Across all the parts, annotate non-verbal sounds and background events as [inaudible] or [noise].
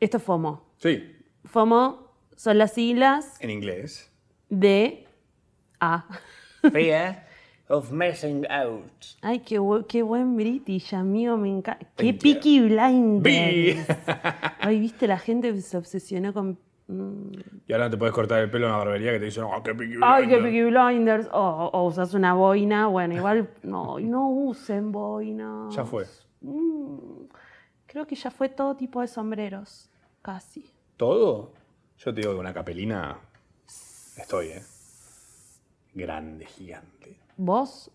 Esto es FOMO. Sí, FOMO son las siglas en inglés. de A. Fear of missing out. Ay, qué, bu- qué buen British, amigo, me encanta. Qué Thank you. Peaky [laughs] Vi. Blinders. Ay, viste, la gente se obsesionó con. Mm. Y ahora no te puedes cortar el pelo en la barbería que te dicen, oh, qué piqui Ay, qué blinders". Peaky Blinders. Oh, O, o usas una boina. Bueno, igual [laughs] no, no usen boina. Ya fue. Creo que ya fue todo tipo de sombreros. Casi. ¿Todo? Yo te digo que una capelina estoy, ¿eh? Grande, gigante. ¿Vos?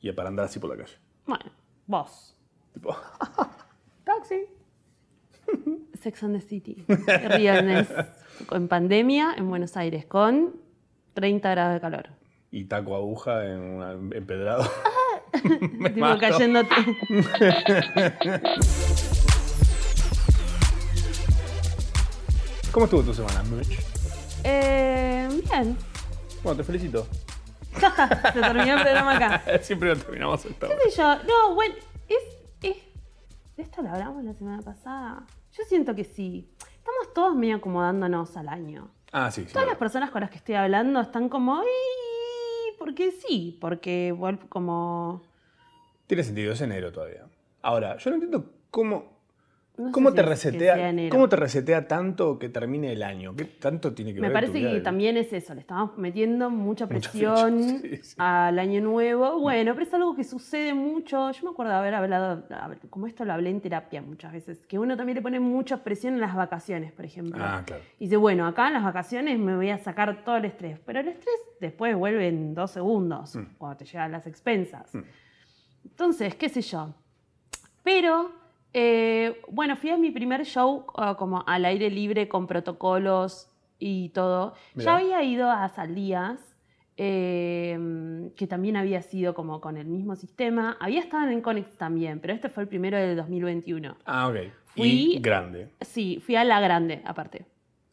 Y para andar así por la calle. Bueno, vos. Tipo, Taxi. Sex and the City. Realness. En pandemia, en Buenos Aires, con 30 grados de calor. y taco aguja en [laughs] una- empedrado. Me Tipo, mato. cayéndote. ¿Cómo estuvo tu semana, Mitch? Eh, bien. [laughs] Bueno, te felicito. Ya está. Se terminó el programa acá. [laughs] Siempre lo terminamos esta hora. ¿Qué sé yo? No, bueno, es, es- ¿De esto lo hablamos la semana pasada? Yo siento que sí. Estamos todos medio acomodándonos al año. Ah, sí, sí. Todas las claro. personas con las que estoy hablando están como... "Ey", Porque sí, porque vuelvo como... Tiene sentido, es enero todavía. Ahora, yo no entiendo cómo. no sé ¿Cómo si te es que sea resetea? enero. ¿Cómo te resetea tanto que termine el año? ¿Qué tanto tiene que Me ver tu parece vida que del- también es eso, le estamos metiendo mucha Mucha presión fecha, [laughs] sí, Mm. sí. al año nuevo. Bueno, pero es algo que sucede mucho. Yo me acuerdo de haber hablado, a ver, como esto lo hablé en terapia muchas veces, que uno también le pone mucha presión en las vacaciones, por ejemplo. Ah, claro. Y dice, bueno, acá en las vacaciones me voy a sacar todo el estrés. Pero el estrés después vuelve en dos segundos, Mm. cuando te llegan las expensas. Entonces, qué sé yo. Pero, eh, bueno, fui a mi primer show ah, como al aire libre con protocolos y todo. Mirá. Ya había ido a Saldías, eh, que también había sido como con el mismo sistema. Había estado en Conex también, pero este fue el primero del 2021. Ah, ok. Fui- Y grande. Sí, fui a La Grande, aparte.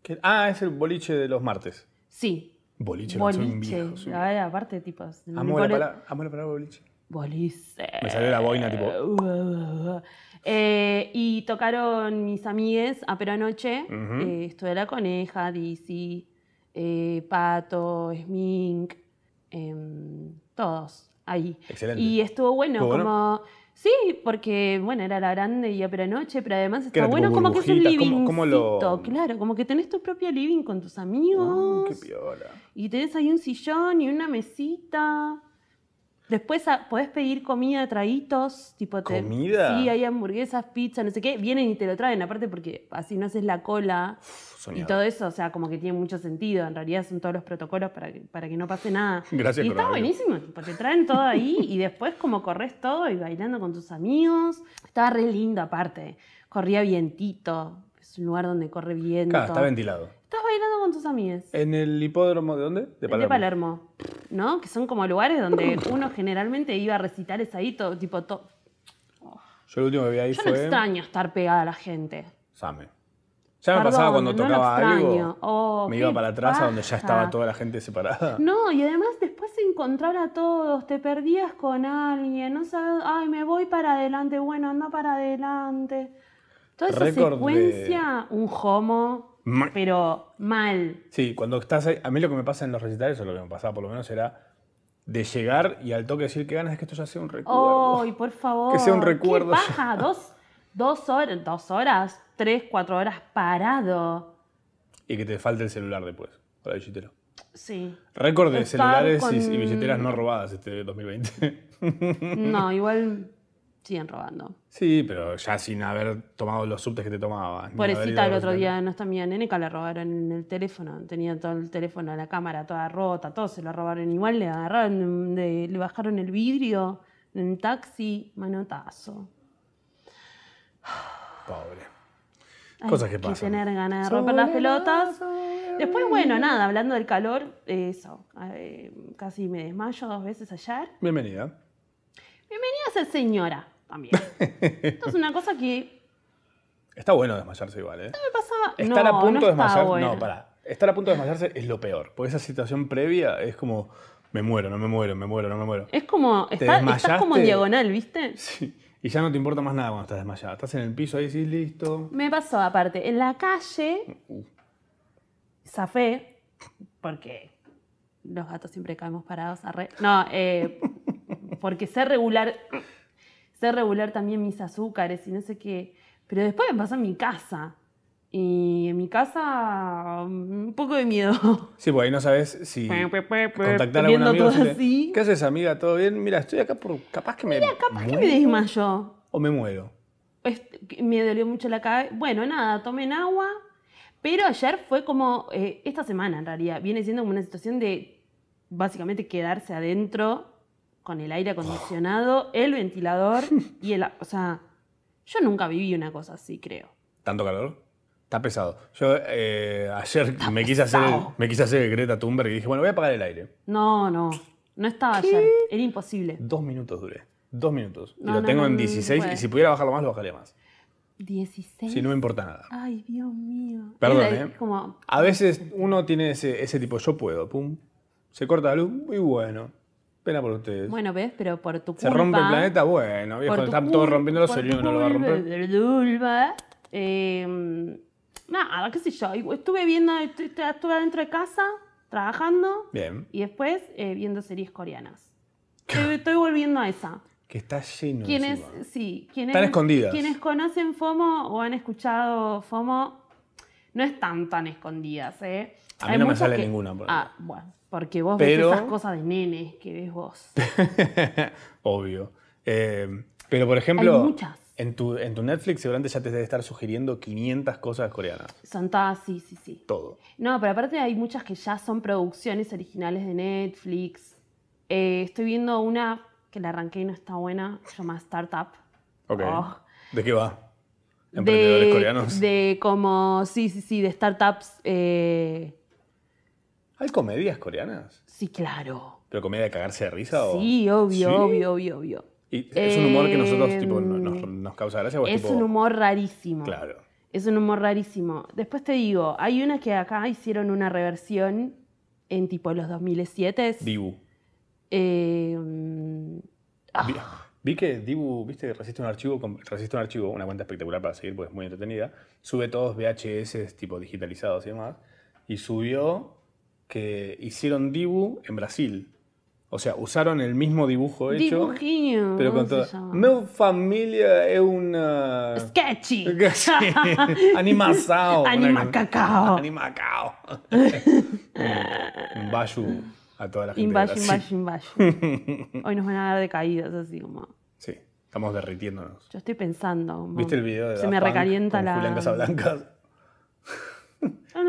¿Qué- Ah, es el boliche de los martes. Sí, Boliche, no soy un Boliche. viejo. soy un- A ver, aparte, tipo. no Amo, me la pone- palabra, amo la palabra boliche. Boliche. Me salió la boina, tipo. Uh, Eh, y tocaron mis amigues a pero anoche. Ujú. eh, estuve la coneja, Dizzy, eh, Pato, Smink, em, todos ahí. Excelente. Y estuvo bueno, ¿Estuvo bueno? como. Sí, porque bueno, era la grande y a pero anoche, pero además Que está era bueno tipo como que es un burbujitas, living. ¿cómo- cómo lo- Claro, como que tenés tu propio living con tus Uh, amigos. qué piola. Y tenés ahí un sillón y una mesita. Después ah, podés pedir comida, traguitos, tipo te- ¿Comida? Sí, hay hamburguesas, pizza, no sé qué. Vienen y te lo traen, aparte porque así no haces la cola y Soñado. todo eso. O sea, como que tiene mucho sentido. En realidad son todos los protocolos para que, para que no pase nada. [laughs] Gracias, Y está coronavirus. buenísimo, porque traen todo ahí y después como corres todo y bailando con tus amigos. Estaba re lindo aparte. Corría vientito. Es un lugar donde corre viento. Acá, está ventilado. Estás bailando con tus amigos. ¿En el hipódromo de dónde? De El De Palermo, ¿no? Que son como lugares donde uno generalmente iba a recitales ahí, todo, tipo, to- Yo lo último que vi ahí yo fue. no extraño estar pegada a la gente. Same. Ya me Perdón, pasaba cuando no lo tocaba extraño. algo. Oh, me qué iba para atrás a donde ya estaba paja. toda la gente separada. [laughs] No, y además después encontrar a todos, te perdías con alguien, no sabes, ay, me voy para adelante, bueno, anda para adelante. Toda esa Récord de- secuencia, un homo, Ma- pero mal. Sí, cuando estás ahí, a mí lo que me pasa en los recitales, o lo que me pasaba por lo menos, era de llegar y al toque decir que ganas de que esto ya sea un recuerdo. ¡Ay, por favor! Que sea un Qué recuerdo. paja, dos, dos horas, dos horas, tres, cuatro horas parado. Y que te falte el celular después, para el billetero. Sí. Récord de Estar celulares y- con- y billeteras no robadas este 2020. No, igual siguen robando. [laughs] sí, pero ya sin haber tomado los subtes que te tomabas. ni haber ido Pobrecita, a el otro recitar. día no está mía Neneca, le robaron el teléfono. Tenía todo el teléfono, la cámara toda rota, todo se lo robaron. Igual le agarraron, de- le bajaron el vidrio en el taxi, manotazo. Pobre. Hay Cosas que pasan. tener ganas de romper las pelotas. Después, bueno, nada, hablando del calor, eh, eso. eh, casi me desmayo dos veces ayer. Bienvenida. Bienvenida a ser señora [laughs] también. Esto es una cosa que Está bueno desmayarse igual, ¿eh? me pasa. Estar no, a punto no de está desmayarse. bueno. No, pará. Estar a punto de desmayarse es lo peor. Porque esa situación previa es como. Me muero, no me muero, me muero, no me muero. Es como. está- estás desmayaste? como en diagonal, ¿viste? Sí. Y ya no te importa más nada cuando estás desmayada. Estás en el piso ahí y decís, listo. Me pasó, aparte, en la calle, Uh. zafé, porque los gatos siempre caemos parados. arre. No, [laughs] eh, porque sé regular, sé regular también mis azúcares y no sé qué. Pero después me pasó en mi casa. Y en mi casa, mm, un poco de miedo. Sí, porque ahí no sabes [laughs] si contactar a algún Viendo amigo. todo decirle, así. ¿Qué haces, amiga? ¿Todo bien? Mira, estoy acá por... Capaz que me... Capaz que me muero desmayó. O me muero. Este, que me dolió mucho la cabeza. Bueno, nada, tomen agua. Pero ayer fue como, eh, esta semana en realidad, viene siendo como una situación de básicamente quedarse adentro con el aire Oh. acondicionado, el [laughs] ventilador y el... a- O sea, yo nunca viví una cosa así, creo. ¿Tanto calor? Está pesado. Yo eh, ayer me quise, hacer, pesado. me quise hacer Greta Thunberg y dije, bueno, voy a apagar el aire. No, no, no estaba ayer, era imposible. Dos minutos duré. Dos minutos. y No, lo no, tengo no, en no, no se 16 puede. y si pudiera bajarlo más, lo bajaría más. 16. Si no me importa nada. Ay, Dios mío. Perdón, Era ¿eh? como, A veces uno tiene ese, ese tipo, yo puedo, pum. Se corta la luz, muy bueno. Pena por ustedes. bueno, ves, pero por tu culpa... Se rompe el planeta, bueno, viejo, Por tu están todos cul- rompiéndolo, por soy el único tu que no lo va a romper. culpa, culpa. Eh, nada, qué sé yo. igual Estuve viendo, estu- estu- estuve adentro de casa, trabajando, Bien. y después eh, viendo series [laughs] coreanas. Estoy, estoy volviendo a esa. Que está lleno Quienes, encima. sí, quienes, Están escondidas. Quienes conocen FOMO o han escuchado FOMO, no están tan escondidas, ¿eh? A mí no me muchas sale ninguna, por ah, bueno, porque vos Pero- ves esas cosas de nenes que ves vos. [laughs] Obvio. Eh, pero, por ejemplo, Hay muchas. En, tu, en tu Netflix seguramente ya te debe estar sugiriendo 500 cosas coreanas. Son todas, sí, sí, sí. Todo. No, pero aparte hay muchas que ya son producciones originales de Netflix. Eh, estoy viendo una que la arranqué y no está buena, se llama Startup. Ok. Oh. ¿De qué va? ¿Emprendedores de, coreanos? De como, sí, sí, sí, de startups. eh, ¿Hay comedias coreanas? sí, claro. ¿Pero comedia de cagarse de risa? o- Sí, obvio, ¿Sí? obvio, obvio, obvio. ¿Y ¿Es un humor que nosotros Em, tipo, no- nos, nos causa gracia? O es Es tipo, un humor rarísimo. Claro. Es un humor rarísimo. Después te digo, hay una que acá hicieron una reversión en tipo los 2007. Dibu. Eh, mm, Vi, vi que Dibu, viste que resiste un archivo, con- resiste un archivo, una cuenta espectacular para seguir porque es muy entretenida. Sube todos VHS tipo digitalizados y demás. Y subió que hicieron Dibu en Brasil. O sea, usaron el mismo dibujo hecho. Dibujinho, Pero con ¿cómo todo. se llama? Mi familia es una. [laughs] Sketchy. Sí. [laughs] Animação. Anima Una- cacao. Animacao. Un bayu a toda la gente. de Invasion, Brasil. invasion, [laughs] invasion. Hoy nos van a dar de caídas, así como. Sí, estamos derritiéndonos. Yo estoy pensando. como- ¿Viste el video de Se Daft me Punk recalienta con la. [laughs] Julián Casablancas. [laughs] ¿Por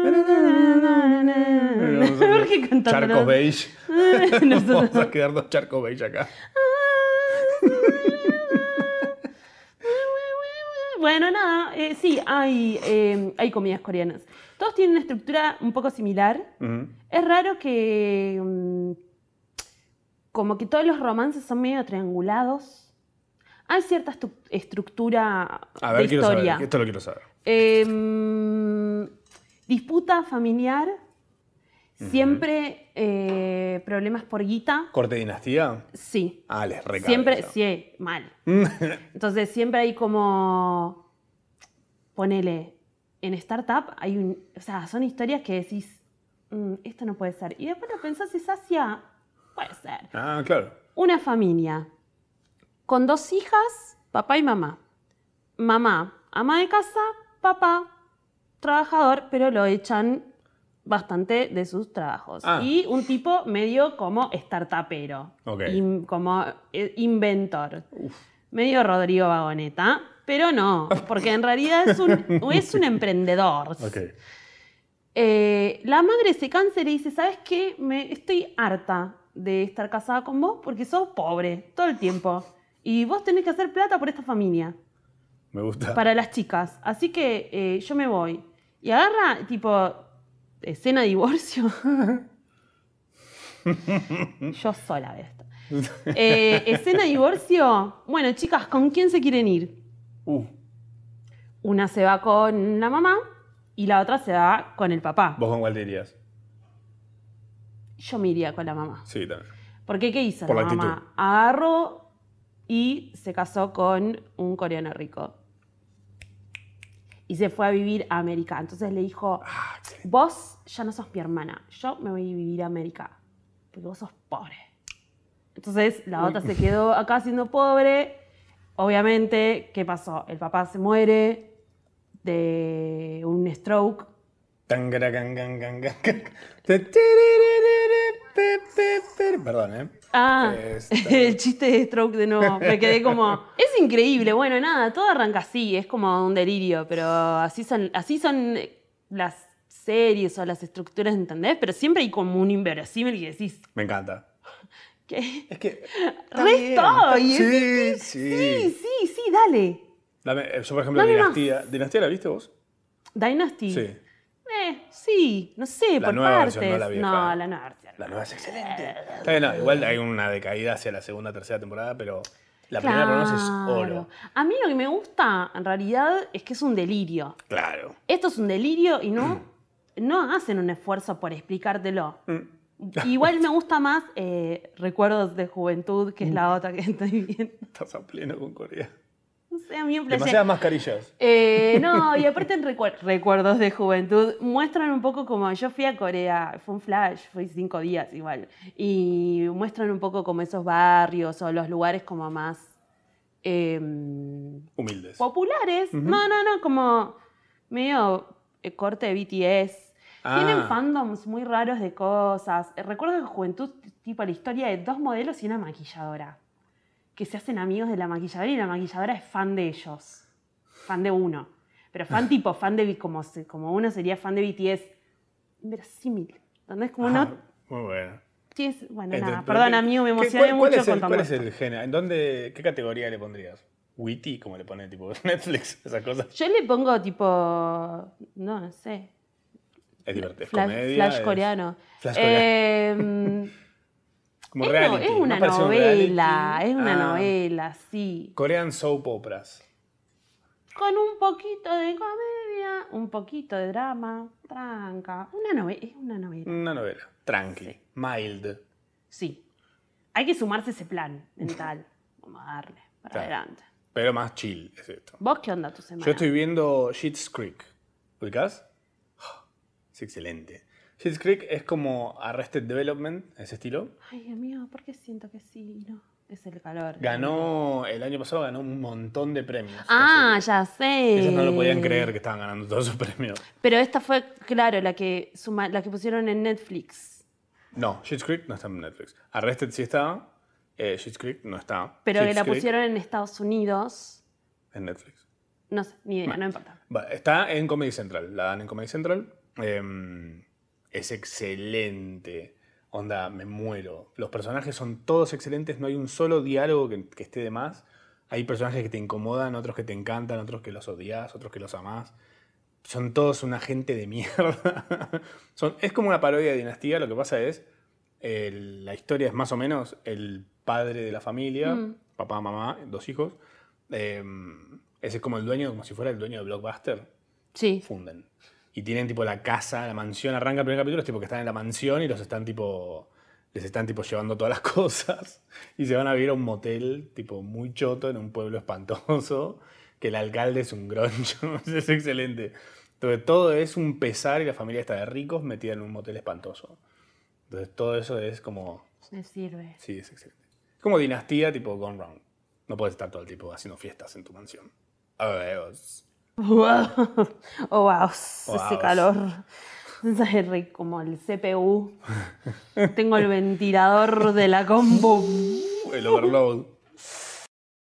qué cantando? Charco beige. [laughs] Nosotros- [laughs] Vamos a quedar dos charcos beige acá. Bueno, nada, eh, sí, hay, eh, hay comidas coreanas. Todos tienen una estructura un poco similar. Ujú. Es raro que. mm, como que todos los romances son medio triangulados. Hay cierta estu- estructura A ver, de quiero historia. saber. Esto lo quiero saber. Em, disputa familiar. Siempre eh, problemas por guita. ¿Corte de dinastía? Sí. Ah, les recae. Siempre, eso. sí, mal. Entonces siempre hay como. Ponele. En startup hay un. O sea, son historias que decís. "Mm, esto no puede ser. Y después lo pensás, es Asia. Puede ser. [laughs] Ah, claro. Una familia. Con dos hijas, papá y mamá. Mamá, ama de casa, papá, trabajador, pero lo echan bastante de sus trabajos. Ah. Y un tipo medio como startupero. Ok. in- como eh, inventor. Medio Rodrigo Vagoneta. Pero no, porque en realidad es [laughs] un, es un emprendedor. Ok. Eh, la madre se cansa y le dice, ¿sabes qué? Me, estoy harta de estar casada con vos porque sos pobre todo el tiempo. Y vos tenés que hacer plata por esta familia, Me gusta. para las chicas. Así que eh, yo me voy. Y agarra, tipo, escena de divorcio. yo sola de esto. Eh, escena de divorcio. Bueno, chicas, ¿con quién se quieren ir? Uh, Una se va con la mamá y la otra se va con el papá. ¿Vos con cuál te irías? Yo me iría con la mamá. Sí, también. Porque ¿qué hizo Por la, la actitud. mamá? Agarró y se casó con un coreano rico. Y se fue a vivir a América. Entonces le dijo, Ah, vos ya no sos mi hermana, yo me voy a vivir a América, porque vos sos pobre. Entonces la otra se quedó acá siendo pobre. Obviamente, ¿qué pasó? El papá se muere de un stroke. Perdón, ¿eh? Ah, Está- [laughs] el chiste de Stroke de nuevo. Me quedé [laughs] como. Es increíble. Bueno, nada, todo arranca así. Es como un delirio. Pero así son, así son las series o las estructuras, ¿entendés? Pero siempre hay como un inverosímil que decís. Me encanta. ¿Qué? Es que. está Re bien, está- estoy. Sí, Es- sí. sí, sí, sí, dale. Dame- eh, yo, por ejemplo, Dame más. Dinastía. ¿Dinastía la viste vos? Dynasty. Sí. Eh, sí, no sé, La por nueva partes. versión, no la vieja. no, la nueva versión. La nueva es excelente. Está bien, no, igual hay una decaída hacia la segunda, tercera temporada, pero la primera por lo menos es oro. Claro. A mí lo que me gusta, en realidad, es que es un delirio. Claro. esto es un delirio y no, no hacen un esfuerzo por explicártelo. Igual me gusta más eh, Recuerdos de Juventud, que es la otra que estoy viendo. [laughs] Estás a pleno con Corea. No sé, a mí me flashea. Demasiadas mascarillas. Eh, no, y aparte en recuer- Recuerdos de Juventud muestran un poco como yo fui a Corea, fue un flash, fui cinco días igual, y muestran un poco como esos barrios o los lugares como más em, Humildes. populares. No, no, no, como medio eh, corte de BTS. Ah. Tienen fandoms muy raros de cosas. Eh, Recuerdo de juventud, t- tipo la historia de dos modelos y una maquilladora. Que se hacen amigos de la maquilladora y la maquilladora es fan de ellos. Fan de uno. Pero [laughs] fan tipo, fan de. B- Como, se- como uno sería fan de BTS. Inverosímil. ¿Entendés? Como Ah, no. Muy bueno. tienes- bueno, Ente- nada. pero Perdón, ¿qué- amigo, me qué- emocioné cuál- mucho ¿Cuál es el, contando cuál es esto. el género? ¿En dónde, qué categoría le pondrías? Witty, como le pone tipo [laughs] Netflix, esas cosas. Yo le pongo tipo. No, no sé. Es divertido. Es Flash, comedia. flash es- coreano. Flash Eh, Como es, no- reality. es ¿no? una Parece un novela, reality. es una Ah, novela, sí. Korean soap operas. Con un poquito de comedia, un poquito de drama, tranca. Una novela, es una novela. Una novela. Tranqui. Mild. Sí. Hay que sumarse a ese plan [laughs] mental. Vamos a darle para Claro. adelante. Pero más chill es esto. ¿Vos qué onda tu semana? Yo estoy viendo Shit's Creek. ¿Ubicás? [gasps] Es excelente. Shit's Creek es como Arrested Development, ese estilo. Ay, amigo, ¿por qué siento que sí? No, es el calor. Ganó, el año pasado ganó un montón de premios. Ah, Así ya que sé. Ellos no lo podían creer que estaban ganando todos esos premios. Pero esta fue, claro, la que, suma- la que pusieron en Netflix. No, Shit's Creek no está en Netflix. Arrested sí está, eh, Schitt's Creek no está. Pero que Schitt's la Creek pusieron en Estados Unidos. En Netflix. No sé, ni idea, no importa. Va, está en Comedy Central, la dan en Comedy Central. Em, es excelente. Onda, me muero. Los personajes son todos excelentes, no hay un solo diálogo que, que esté de más. Hay personajes que te incomodan, otros que te encantan, otros que los odias, otros que los amás. Son todos una gente de mierda. [laughs] Son- es como una parodia de dinastía, lo que pasa es, el- la historia es más o menos el padre de la familia, Mm. papá, mamá, dos hijos. em, ese es como el dueño, como si fuera el dueño de Blockbuster Sí. funden. Y tienen tipo la casa, la mansión, arranca el primer capítulo, es tipo que están en la mansión y los están tipo. Les están tipo llevando todas las [laughs] cosas. Y se van a vivir a un motel, tipo muy choto, en un pueblo espantoso. Que el alcalde es un groncho. [laughs] es excelente. Entonces todo es un pesar y la familia está de ricos metida en un motel espantoso. Entonces todo eso es como. Me sirve. Sí, es excelente. Es como dinastía tipo Gone Round. No puedes estar todo el tiempo haciendo fiestas en tu mansión. Adiós. [laughs] Wow. Oh, wow. Ese Wow. calor. [laughs] Es re- como el [laughs] CPU. Tengo el ventilador de la combo. El overload.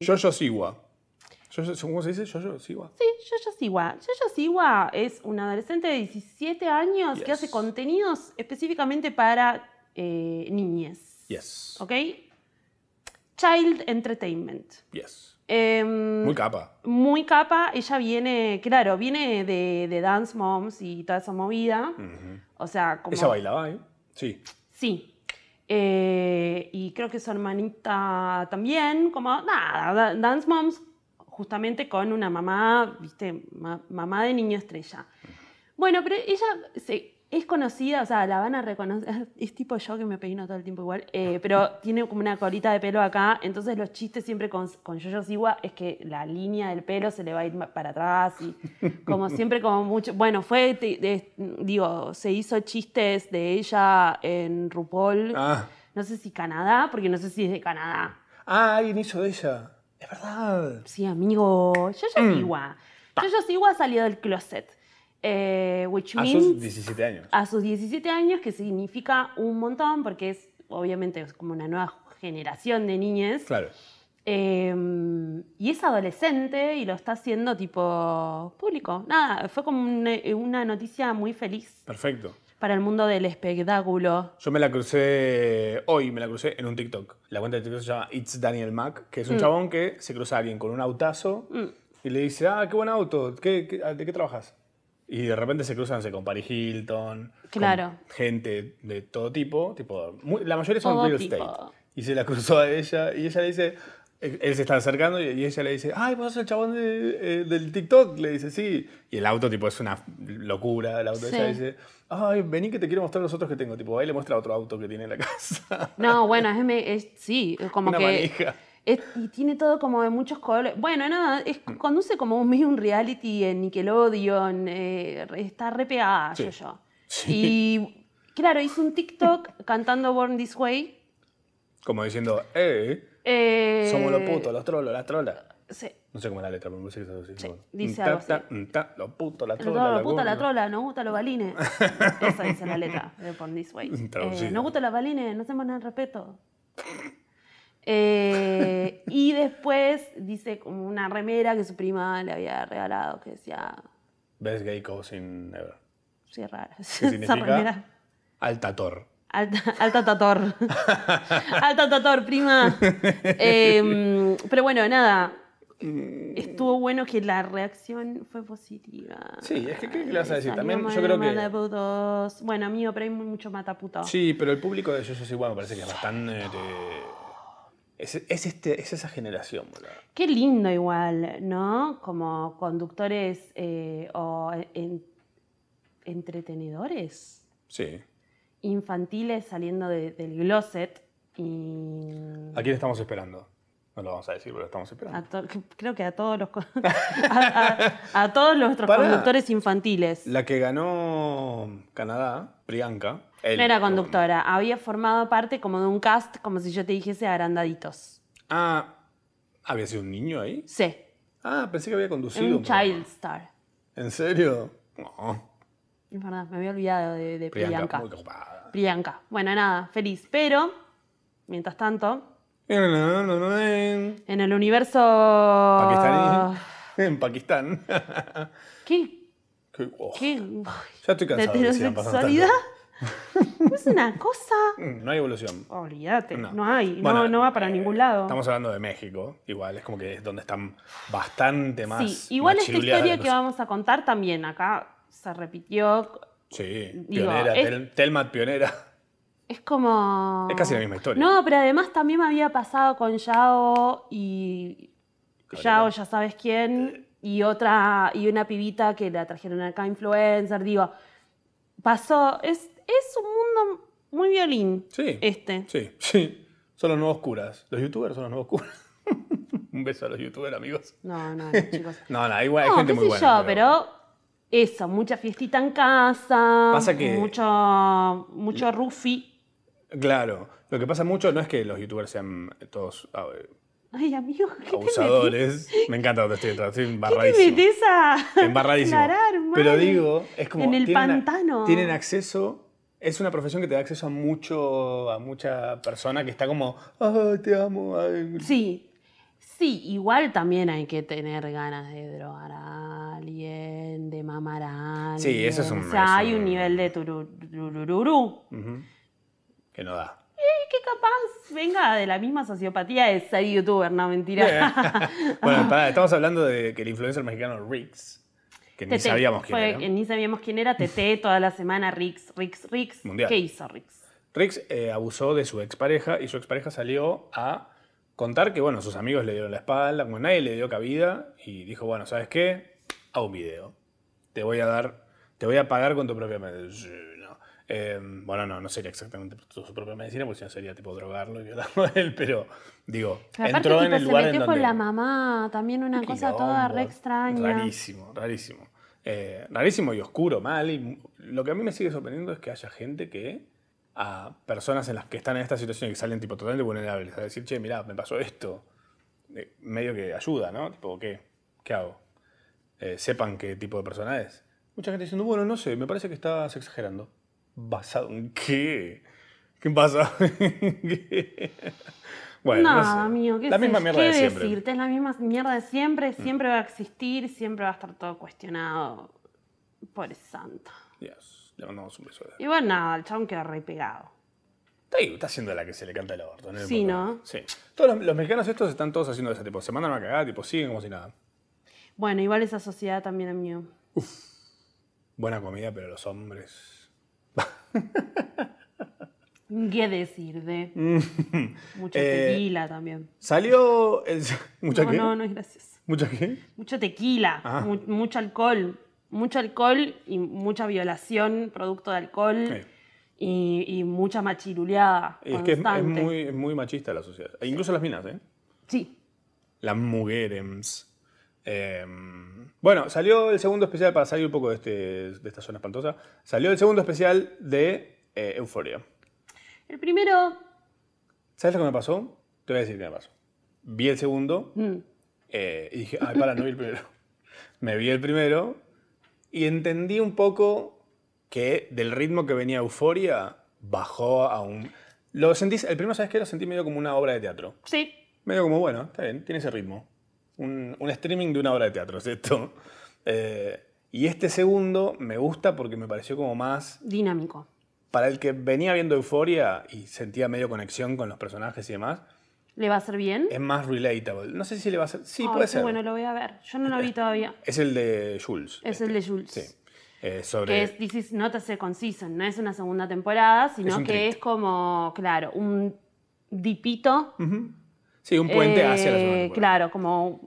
Jojo Siwa. Jojo- ¿Cómo se dice? Jojo Siwa. Sí, Yoyo Siwa. Yoyo Siwa es un adolescente de 17 años que Yes. hace contenidos específicamente para eh, niñez. Yes. ¿Ok? Child Entertainment. Yes. Em, Muy capa. muy capa, ella viene, claro, viene de, de Dance Moms y toda esa movida. Ujú. O sea, como. Mm. Ella bailaba, ¿eh? Sí. Sí. Eh, y creo que su hermanita también, como nada, da- Dance Moms, justamente con una mamá, viste, Ma- mamá de niño estrella. Bueno, pero ella se Es conocida, o sea, la van a reconocer. [laughs] Es tipo yo que me peino todo el tiempo igual, eh, pero tiene como una colita de pelo acá. Entonces, los chistes siempre con, con Yoyo Siwa es que la línea del pelo se le va a ir ma- para atrás y, como siempre, como mucho. Bueno, fue, te- de- digo, se hizo chistes de ella en RuPaul. Ah, No sé si Canadá, porque no sé si es de Canadá. ah alguien hizo de ella. Es verdad. Sí, amigo. Yoyo Mm. Siwa. Yoyo Siwa salió del closet. Eh, which A means- sus 17 Ah, años. a sus 17 años, que significa un montón, porque es obviamente es como una nueva generación de niñas. Claro. Eh, y es adolescente y lo está haciendo tipo público. Nada, fue como un- una noticia muy feliz Perfecto. para el mundo del espectáculo. Yo me la crucé hoy, me la crucé en un TikTok. La cuenta de TikTok se llama It's Daniel Mac, que es un Mm. chabón que se cruza a alguien con un autazo y le dice, ah, qué buen auto, ¿qué- qué- ah, ¿de qué trabajas? Y de repente se cruzan no sé, con Paris Hilton, con Claro. gente de todo tipo, tipo muy- la mayoría son Todo real tipo. estate. Y se la cruzó a ella y ella le dice, él él se está acercando y y ella le dice, ay, vos sos el chabón de- eh, del TikTok, le dice, sí. Y el auto tipo es una locura, el auto Sí. ella dice, ay, vení que te quiero mostrar los otros que tengo, tipo, ahí le muestra otro auto que tiene en la [laughs] casa. No, bueno, es, me- es- sí, es como Una que... manija. es- y tiene todo como de muchos colores. Bueno, nada, es- Mm. conduce como un, medio un reality en Nickelodeon, eh, re- está re pegada Sí. yo yo. Y claro, hizo un TikTok cantando Born This Way. Como diciendo, eh, Eh, somos los putos, los trolos, las trolas. sí. No sé cómo es la letra, pero me parece que es algo así. como, dice "Mm, algo ta, ta, mm, ta, los putos, las Los trolas. dos, la la puta, la gorda". trola, nos gustan los [laughs] balines. Esa dice la letra de Born This Way. Traducida. Eh, nos gustan los balines, no hacemos nada al respeto. Eh, y después dice como una remera que su prima le había regalado que decía, Best gay cousin ever. sí, rara. [laughs] ¿Qué Esa remera. significa? Altator. Alta, alta tator. [laughs] alta tator, prima. Eh, pero bueno, nada. Mm. Estuvo bueno que la reacción fue positiva. Sí, es que, ¿qué le vas a decir? Salió También yo Madre creo que- Mataputos. Bueno, amigo, pero hay mu- mucho mataputo. Sí, pero el público de Yoyos igual me parece que es bastante. eh, Es, es este, es esa generación, boludo. Qué lindo igual, ¿no? Como conductores eh, o en- entretenedores Sí. infantiles saliendo de- del closet y... ¿A quién estamos esperando? No lo vamos a decir, pero lo estamos A esperando. to- creo que a todos los co- [laughs] a, a- a todos nuestros Pará. conductores infantiles. La que ganó Canadá, Priyanka. el- no era conductora, había formado parte como de un cast, como si yo te dijese agrandaditos. Ah, ¿había sido un niño ahí? Sí, Ah, pensé que había era conducido. un un programa. child star. ¿En serio? No. Es verdad, me había olvidado de, de Priyanka, Priyanka. muy copada. Priyanka. Bueno, nada, feliz. Pero, mientras tanto, En en el universo... Ah. Pakistán. En Pakistán. [laughs] ¿Qué? Qué- oh, ¿Qué? Ya estoy ¿De cansado de que sigan pasando heterosexualidad? Es una cosa... tanto. Mm, No hay evolución. Olvídate, no, No. hay, Bueno, no, no va para eh, ningún lado. Estamos hablando de México, igual es como que es donde están bastante más. Sí, igual más esta chiruleadas historia las que cosas. vamos a contar también acá se repitió. Sí, digo, pionera, es- Tel- Telma pionera. Es como. Es casi la misma historia. No, pero además también me había pasado con Yao y. Yao, ya sabes Eh. quién. Y otra. Y una pibita que la trajeron acá, influencer. Digo, pasó. Es, es un mundo muy violín. Sí. Este. Sí, sí. Son los nuevos curas. Los youtubers son los nuevos curas. [laughs] Un beso a los youtubers, amigos. No, no, [laughs] no, chicos. No, no, igual hay no, gente qué muy sé buena. yo, pero... Eso, mucha fiestita en casa. Pasa que- Mucho. Mucho rufi. Claro. Lo que pasa mucho no es que los youtubers sean todos ah, eh, Ay, amigo, ¿qué abusadores. Me encanta donde estoy entrando. te Estoy metes? ¿Qué te embarradísimo. metes a [laughs] Embarradísimo. aclarar, Mari? Pero digo, es como. En el tienen a- pantano. tienen acceso. Es una profesión que te da acceso a mucho, a mucha persona que está como, ah, te amo. ay". Sí, sí, igual también hay que tener ganas de drogar a alguien, de mamar a alguien. Sí, eso es un- O sea, es hay un un- nivel de tururururú. Ujú. Que no da. Y que capaz venga de la misma sociopatía de ser youtuber, no, Eh. [laughs] mentira. Ah. bueno, pará, estamos hablando de que el influencer mexicano Riggs, que ni Tete, sabíamos quién fue- era. Ni sabíamos quién era, Tete toda la semana, Rix, Rix, Rix. Mundial. ¿Qué hizo Rix? Riggs eh, abusó de su expareja y su expareja salió a contar que, bueno, sus amigos le dieron la espalda, como nadie le dio cabida y dijo, bueno, ¿sabes qué? A un video. Te voy a dar, te voy a pagar con tu propia... medicina. Eh, bueno, no, no sería exactamente su propia medicina, porque si no sería tipo drogarlo y violarlo a él, pero digo, Pero aparte, entró en tipo, el se lugar en metió donde... con la mamá, también una cosa toda Quilombo, re extraña. Rarísimo, rarísimo. Eh, rarísimo y oscuro, mal. Y mu- lo que a mí me sigue sorprendiendo es que haya gente que a personas en las que están en esta situación y que salen tipo totalmente vulnerables, a decir, che, mirá, me pasó esto, eh, medio que ayuda, ¿no? Tipo, ¿qué? ¿Qué hago? Eh, sepan qué tipo de persona es. Mucha gente diciendo, bueno, no sé, me parece que estás exagerando. ¿Basado en qué? ¿Qué pasa? [laughs] bueno, no, Nada, sé. mío, ¿qué, La sé- misma mierda qué de siempre. Mm. decirte? Es la misma mierda de siempre, siempre va a existir, siempre va a estar todo cuestionado. Pobre santo. Yes. Le mandamos un beso. Y bueno, nada, el chabón quedó re pegado. Está, ahí, está haciendo la que se le canta el aborto. No le Sí, importa. ¿no? Sí. Todos los, los mexicanos estos están todos haciendo esa tipo, se mandan a cagar, tipo, siguen como si nada. Bueno, igual esa sociedad también es mío. Buena comida, pero los hombres... ¿Qué decir de? [laughs] Mucho Eh, tequila también. Salió el... [laughs] ¿Mucha No, qué? no, no es gracioso. ¿Mucha qué? Mucho tequila, Ah. mu- mucho alcohol. Mucho alcohol y mucha violación producto de alcohol. Sí. Y, y mucha machiruleada. Es que es, es constante. muy, es muy machista la sociedad. E incluso las minas, ¿eh? Sí, Las mujeres. Eh, bueno, salió el segundo especial, para salir un poco de, este, de esta zona espantosa, salió el segundo especial de eh, Euforia. El primero. ¿Sabes lo que me pasó? Te voy a decir qué me pasó. Vi el segundo mm, Eh, y dije, ay, para, no vi el primero. [laughs] Me vi el primero y entendí un poco que del ritmo que venía Euforia bajó a un. Lo sentí, el primero, ¿sabes qué? Lo sentí medio como una obra de teatro. Sí. Medio como, bueno, está bien, tiene ese ritmo. Un, un streaming de una obra de teatro, ¿cierto? [laughs] Eh, y este segundo me gusta porque me pareció como más. Dinámico. Para el que venía viendo Euforia y sentía medio conexión con los personajes y demás, ¿Le va a ser bien? es más relatable. No sé si le va a ser. Eh, Sí, Ay, puede qué ser. Bueno, lo voy a ver. Yo no lo vi todavía. Es el de Jules. este. Es el de Jules. Sí. Eh, sobre. Que es This is not a second season. No es una segunda temporada, sino un que treat. es como, claro, un dipito. Ujú. Sí, un puente eh, hacia la segunda temporada. Claro, como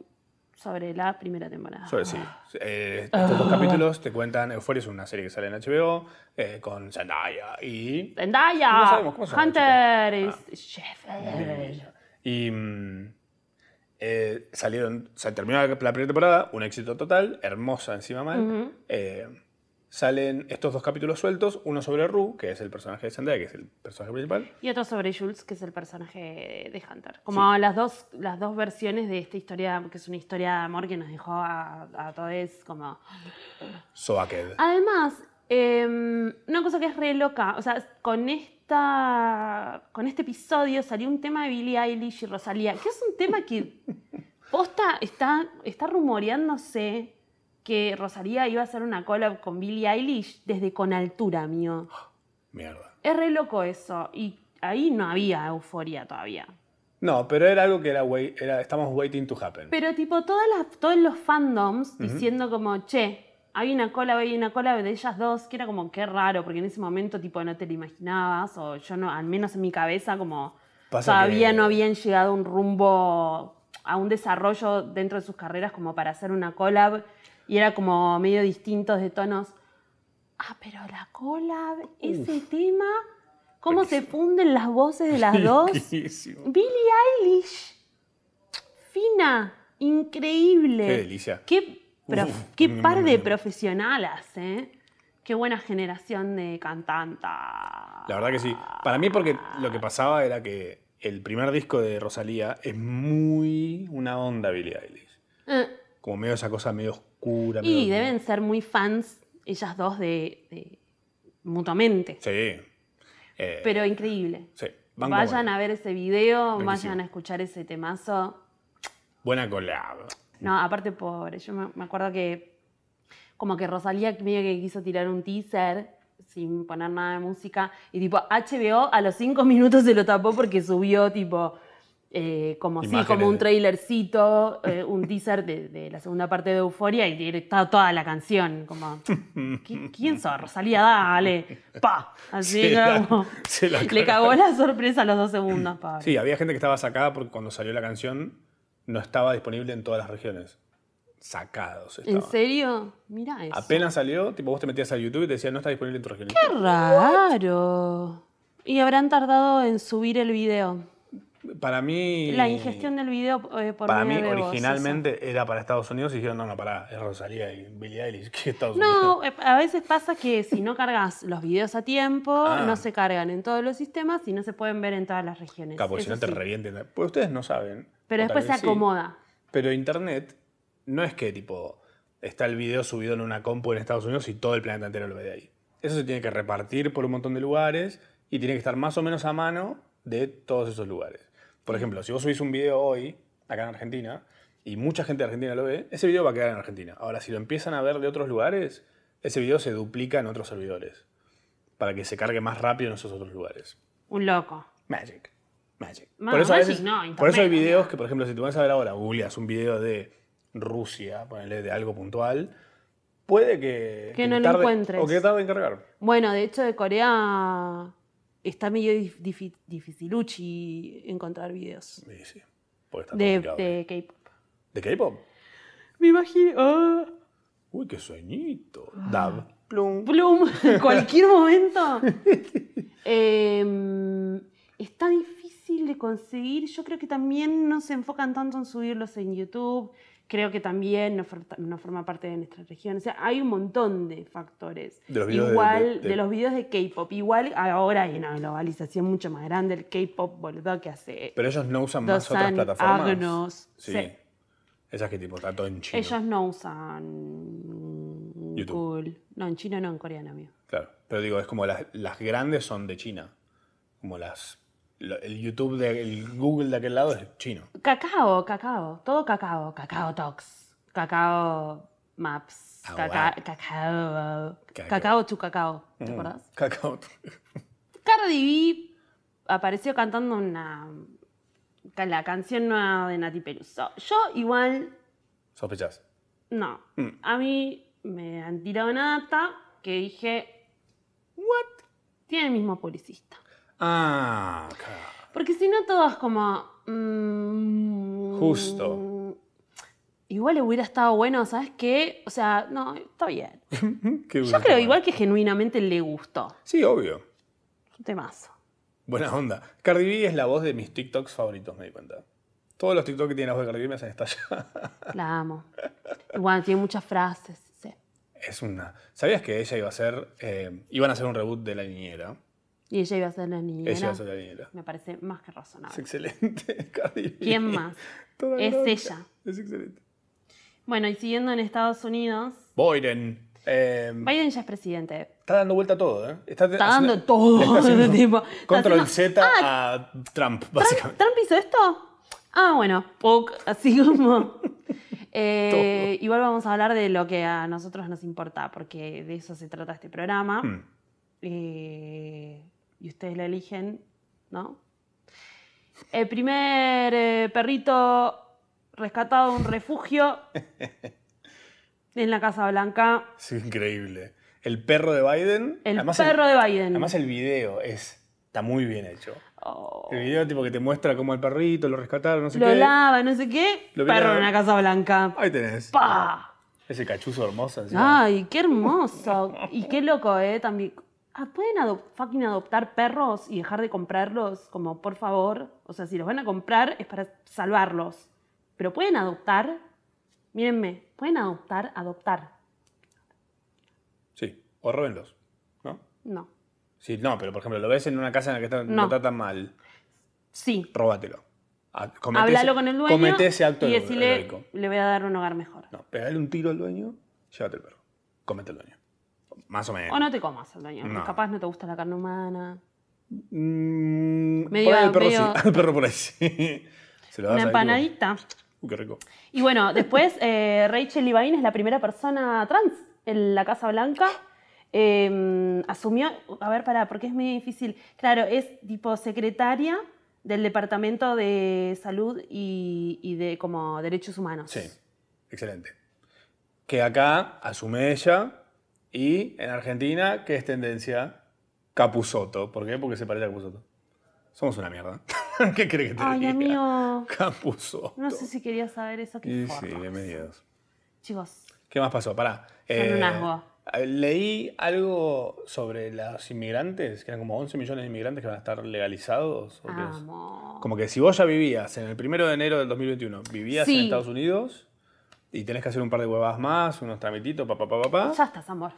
sobre la primera temporada. Sobre- sí. Eh, estos Ah. dos capítulos te cuentan. Euphoria es una serie que sale en HBO eh, con Zendaya y. Zendaya, No sabemos cómo se llama, Ah. Hunter, es Sheffield. Y. mm, eh, salieron. Se terminó la, la primera temporada, un éxito total, hermosa encima mal. Ujú. Eh, salen estos dos capítulos sueltos: uno sobre Rue, que es el personaje de Zendaya, que es el personaje principal. Y otro sobre Jules, que es el personaje de Hunter. Como las, dos, las dos versiones de esta historia, que es una historia de amor que nos dejó a, a todos como... Soaked. Además, eh, una cosa que es re loca, o sea, con, esta, con este episodio salió un tema de Billie Eilish y Rosalía, que es un tema que posta está, está rumoreándose que Rosalía iba a hacer una collab con Billie Eilish desde con altura, mío. Mierda. Es re loco eso. Y ahí no había euforia todavía. No, pero era algo que era, wait- era estamos waiting to happen. Pero tipo, todas las, todos los fandoms diciendo como, che, hay una cola, hay una cola de ellas dos, que era como, qué raro, porque en ese momento tipo no te lo imaginabas, o yo no, al menos en mi cabeza como Pasa todavía que- no habían llegado a un rumbo, a un desarrollo dentro de sus carreras como para hacer una collab, y era como medio distintos de tonos. Ah, pero la collab, ese tema, cómo se funden las voces de [laughs] las dos. Riquísimo. Billie Eilish. Fina. Increíble. Qué delicia. Qué, prof- Uf, qué mm, par de mm. profesionales, ¿eh? Qué buena generación de cantantas. La verdad que sí. Para mí porque lo que pasaba era que el primer disco de Rosalía es muy una onda Billie Eilish. Eh, Como medio esa cosa medio oscura. y medio- deben ser muy fans ellas dos de, de- mutuamente. Sí. Eh, Pero increíble. sí. Banco Vayan bueno. a ver ese video, Buenísimo. vayan a escuchar ese temazo. Buena collab. No, aparte pobre, yo me, me acuerdo que como que Rosalía medio que quiso tirar un teaser sin poner nada de música y tipo HBO a los cinco minutos se lo tapó porque subió tipo eh, como sí, Imágenes como un de- trailercito, eh, un teaser de, de la segunda parte de Euforia y tiene- está toda la canción como "¿Qui- ¿quién sos? Rosalía, dale, pa, así Se la- [laughs] como- se la le cagó la sorpresa a los dos segundos, pobre. Sí, había gente que estaba sacada porque cuando salió la canción no estaba disponible en todas las regiones. sacados. ¿En Estaban. serio? Mirá eso. Apenas salió, tipo vos te metías a YouTube y te decía no está disponible en tu región. ¡Qué raro! Y habrán tardado en subir el video. Para mí. La ingestión del video eh, por Para mí, medio de voz, originalmente era para Estados Unidos y dijeron, no, no, pará, es Rosalía y Billie Eilish, [laughs] que Estados eso. Unidos. No, eh, a veces pasa que si no cargas los videos a tiempo, Ah. no se cargan en todos los sistemas y no se pueden ver en todas las regiones. Capaz, si Eso no te sí. revienten. Pues ustedes no saben. Pero o tal después se vez sí. acomoda. Pero Internet no es que, tipo, está el video subido en una compu en Estados Unidos y todo el planeta entero lo ve de ahí. Eso se tiene que repartir por un montón de lugares y tiene que estar más o menos a mano de todos esos lugares. Por ejemplo, si vos subís un video hoy, acá en Argentina, y mucha gente de Argentina lo ve, ese video va a quedar en Argentina. Ahora, si lo empiezan a ver de otros lugares, ese video se duplica en otros servidores para que se cargue más rápido en esos otros lugares. Un loco. Magic. Magic. Ma- por, eso a Magic veces- no, por Internet, eso hay no. videos que, por ejemplo, si tú vas a ver ahora, googleas un video de Rusia, ponele de algo puntual, puede que. Que no lo tarde- encuentres. O que tarde en cargar. Bueno, de hecho, de Corea está medio dif- difi- dificiluchi encontrar videos Y sí, porque está de, complicado. ¿eh? de K-pop. ¿De K-pop? Me imagino. ah, Uy, qué sueñito. Dab. Plum. Bloom, [laughs] en cualquier [laughs] momento. Eh, está difícil de conseguir. Yo creo que también no se enfocan tanto en subirlos en YouTube. Creo que también no, for- no forma parte de nuestra región. O sea, hay un montón de factores. De los videos de- Igual de- de- los videos de K-pop. Igual ahora hay una globalización mucho más grande. El K-pop, boludo, que hace Pero ellos no usan dos más otras años. plataformas. sí. Sí. Esas que tipo está todo en chino. Ellos no usan YouTube. Google. No, en chino no, en coreano, amigo. Claro. Pero digo, es como las, las grandes son de China. Como las. lo- el YouTube, de, el Google de aquel lado es chino. Cacao, cacao, todo cacao, cacao talks, cacao maps, Ah, caca- guau. cacao, Cacao. cacao tu cacao, ¿te acordás? Mm. Cacao. Cardi B apareció cantando una ca- la canción nueva de Nati Peluso. Yo igual Sospechás. no. Mm. A mí me han tirado una data que dije, what? Tiene el mismo publicista. Ah, ca- Porque si no, todo es como. mm, Justo. Igual hubiera estado bueno, ¿sabes qué? O sea, no, está bien. [laughs] Yo qué bueno. creo igual que genuinamente le gustó. Sí, obvio. Un temazo. Buena onda. Cardi B es la voz de mis TikToks favoritos, me di cuenta. Todos los TikToks que tienen la voz de Cardi B me hacen estallar. [laughs] La amo. Igual tiene muchas frases. sí. Es una. ¿Sabías que ella iba a ser. eh, iban a hacer un reboot de La Niñera? Y ella iba a ser la niñera. Ella iba a ser La Niñera. Me parece más que Es razonable. excelente, [laughs] Cardi B. ¿Quién más? [laughs] Toda Es bronca. ella. Es excelente. Bueno, y siguiendo en Estados Unidos, Biden. eh, Biden ya es presidente. está dando vuelta a todo, ¿eh? Está Está, haciendo- dando todo. Eh, [laughs] le está haciendo tipo, está Control haciendo- Z Ah, a Trump, ¿Trump, básicamente. Trump hizo esto? Ah, bueno, poc, así como. [laughs] Eh, igual vamos a hablar de lo que a nosotros nos importa, porque de eso se trata este programa. Mm. Eh, y ustedes lo eligen, ¿no? El primer eh, perrito rescatado de un [laughs] refugio en la Casa Blanca. Es increíble. El perro de Biden. El además perro de Biden. Además el video es, está muy bien hecho. Oh, El video tipo que te muestra cómo el perrito lo rescataron, no sé lo qué. lava, no sé qué. Lo perro vieron. en la Casa Blanca. Ahí tenés. ¡Pah! Ese cachuzo hermoso encima. Ay, qué hermoso. Y qué loco, ¿eh? También. Ah, ¿Pueden adop- fucking adoptar perros y dejar de comprarlos? Como, por favor. O sea, si los van a comprar es para salvarlos. Pero pueden adoptar. Mírenme, pueden adoptar, adoptar. Sí. O róbenlos. ¿No? No. Sí, no, pero por ejemplo, lo ves en una casa en la que están- No. lo tratan mal. Sí. Róbatelo. A- comete Háblalo ese- con el dueño. Comete ese acto y hero- decirle, heroico. le voy a dar un hogar mejor. No, pegale un tiro al dueño, llévate el perro. Comete al dueño. Más o menos. O no te comas al dueño. porque No. Capaz no te gusta la carne humana. Mm, Medio- por ahí el perro medio- sí. [laughs] El perro por ahí sí. Se lo das Una ahí, empanadita. tipo, Uy, qué rico. Y bueno, después eh, Rachel Levine es la primera persona trans en la Casa Blanca. Eh, asumió, a ver, pará, porque es medio difícil. Claro, es tipo secretaria del Departamento de Salud y, y de como Derechos Humanos. Sí, excelente. Que acá asume ella y en Argentina, que es tendencia? Capuzoto. ¿Por qué? Porque se parece a Capuzoto. Somos una mierda. [laughs] ¿Qué crees que te Ay, diga? amigo, Capuzoto. no sé si quería saber eso. qué Y sí, forra. bienvenidos. Chicos, ¿Qué más pasó? Pará. Eh, Son un asgo. Leí algo sobre los inmigrantes, que eran como 11 millones de inmigrantes que van a estar legalizados. o Ah, que es- vamos. Como que si vos ya vivías en el primero de enero del 2021, vivías en Sí. Estados Unidos y tenés que hacer un par de huevadas más, unos tramititos, papá, papá, papá. Ya estás, amor.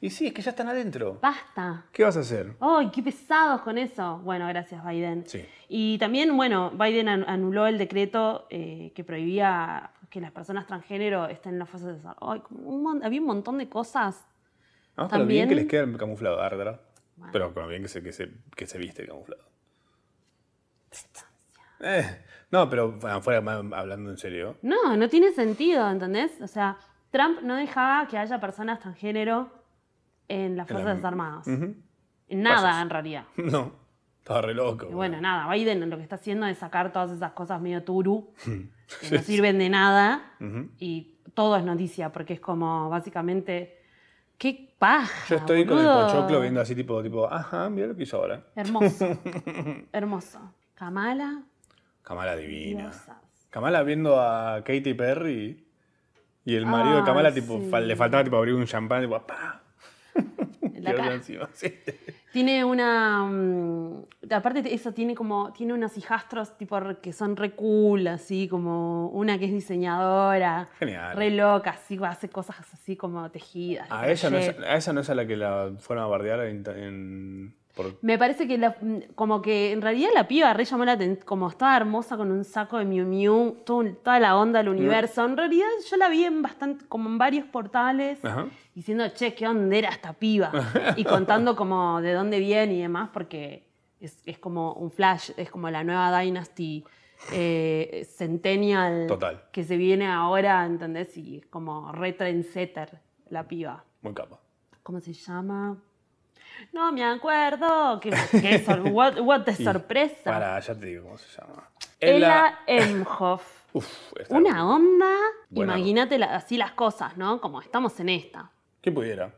Y sí, es que ya están adentro. Basta. ¿Qué vas a hacer? ¡Ay, qué pesados con eso! Bueno, gracias, Biden. Sí. Y también, bueno, Biden an- anuló el decreto eh, que prohibía que las personas transgénero estén en las fuerzas de desarrollo. Ay, como un mon- había un montón de cosas. Vamos con lo También- bien que les queda el camuflado, ah, ¿verdad? Bueno. Pero con lo bien que se, que se, que se viste el camuflado. Eh, no, pero bueno, fuera más- hablando en serio. No, no tiene sentido, ¿entendés? O sea, Trump no dejaba que haya personas transgénero en las En la- fuerzas armadas. Ujú. [laughs] En Nada, Pasos. en realidad. No, estaba re loco. Y boludo. bueno, nada, Biden lo que está haciendo es sacar todas esas cosas medio [laughs] turu, que no sirven de nada, Ujú. y todo es noticia, porque es como, básicamente, qué paja. Yo estoy con el Ah, boludo. pochoclo viendo así, tipo, tipo, ajá, mira lo que hizo ahora. Hermoso, [laughs] hermoso. Kamala, Kamala divina. Diosas. Kamala viendo a Katy Perry y el marido de Ay, Kamala, tipo, sí. fal- le faltaba tipo abrir un champán, tipo, pa. en la tirarlo cara. encima, [laughs] sí. Tiene una. mm, aparte, eso tiene como. Tiene unos hijastros tipo re- que son re cool, así como una que es diseñadora. Genial. Re loca, así hace cosas así como tejidas. A ella, no es, crochet. a esa no es a la que la fueron a bardear en. en- por- Me parece que la- mm, como que en realidad la piba re llamó la atención, como estaba hermosa con un saco de Miu Miu, todo un- toda la onda del universo. En realidad yo la vi en bastante, como en varios portales, Ajá. diciendo, che, qué onda era esta piba. [laughs] y contando como de dónde viene y demás, porque es, es como un flash, es como la nueva Dynasty eh, Centennial Total. que se viene ahora, ¿entendés? Y es como re trendsetter la piba. Muy capa. ¿Cómo se llama? No me acuerdo. ¿Qué, qué sor- [laughs] what, what the Y- sorpresa? Para, ya te digo cómo se llama. Ella [laughs] Emhoff. Uf, esta- Una onda. Buena. Imagínate la- así las cosas, ¿no? Como estamos en esta. ¿Quién pudiera?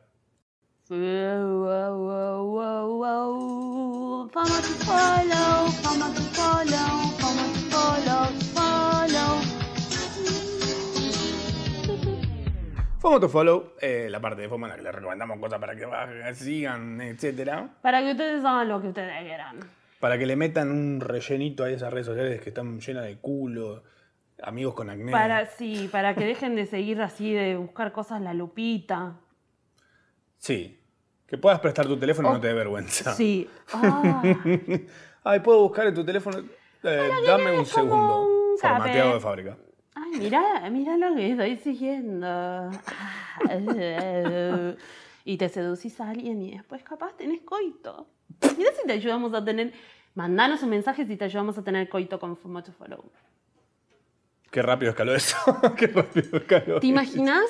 Fama to follow, fama to follow, fama to follow, follow. Fomo to follow, eh, la parte de Fomo en la que les recomendamos cosas para que bajen, sigan, etcétera. Para que ustedes hagan lo que ustedes quieran. Para que le metan un rellenito a esas redes sociales que están llenas de culo, amigos con acné. Para, sí, para que dejen de seguir así, de buscar cosas la lupita. Sí. Que puedas prestar tu teléfono y no te dé vergüenza. [laughs] Sí. Ah, Ay, puedo buscar en tu teléfono. Eh, dame un es como segundo. un cape. Formateado de fábrica. ay, mirá, mirá lo que estoy siguiendo. [laughs] Ah, eh, y te seducís a alguien y después capaz tenés coito. Mirá si te ayudamos a tener... Mandanos un mensaje si te ayudamos a tener coito con Fumo to Follow. Qué rápido escaló eso. [laughs] Qué rápido escaló. ¿Te imaginas?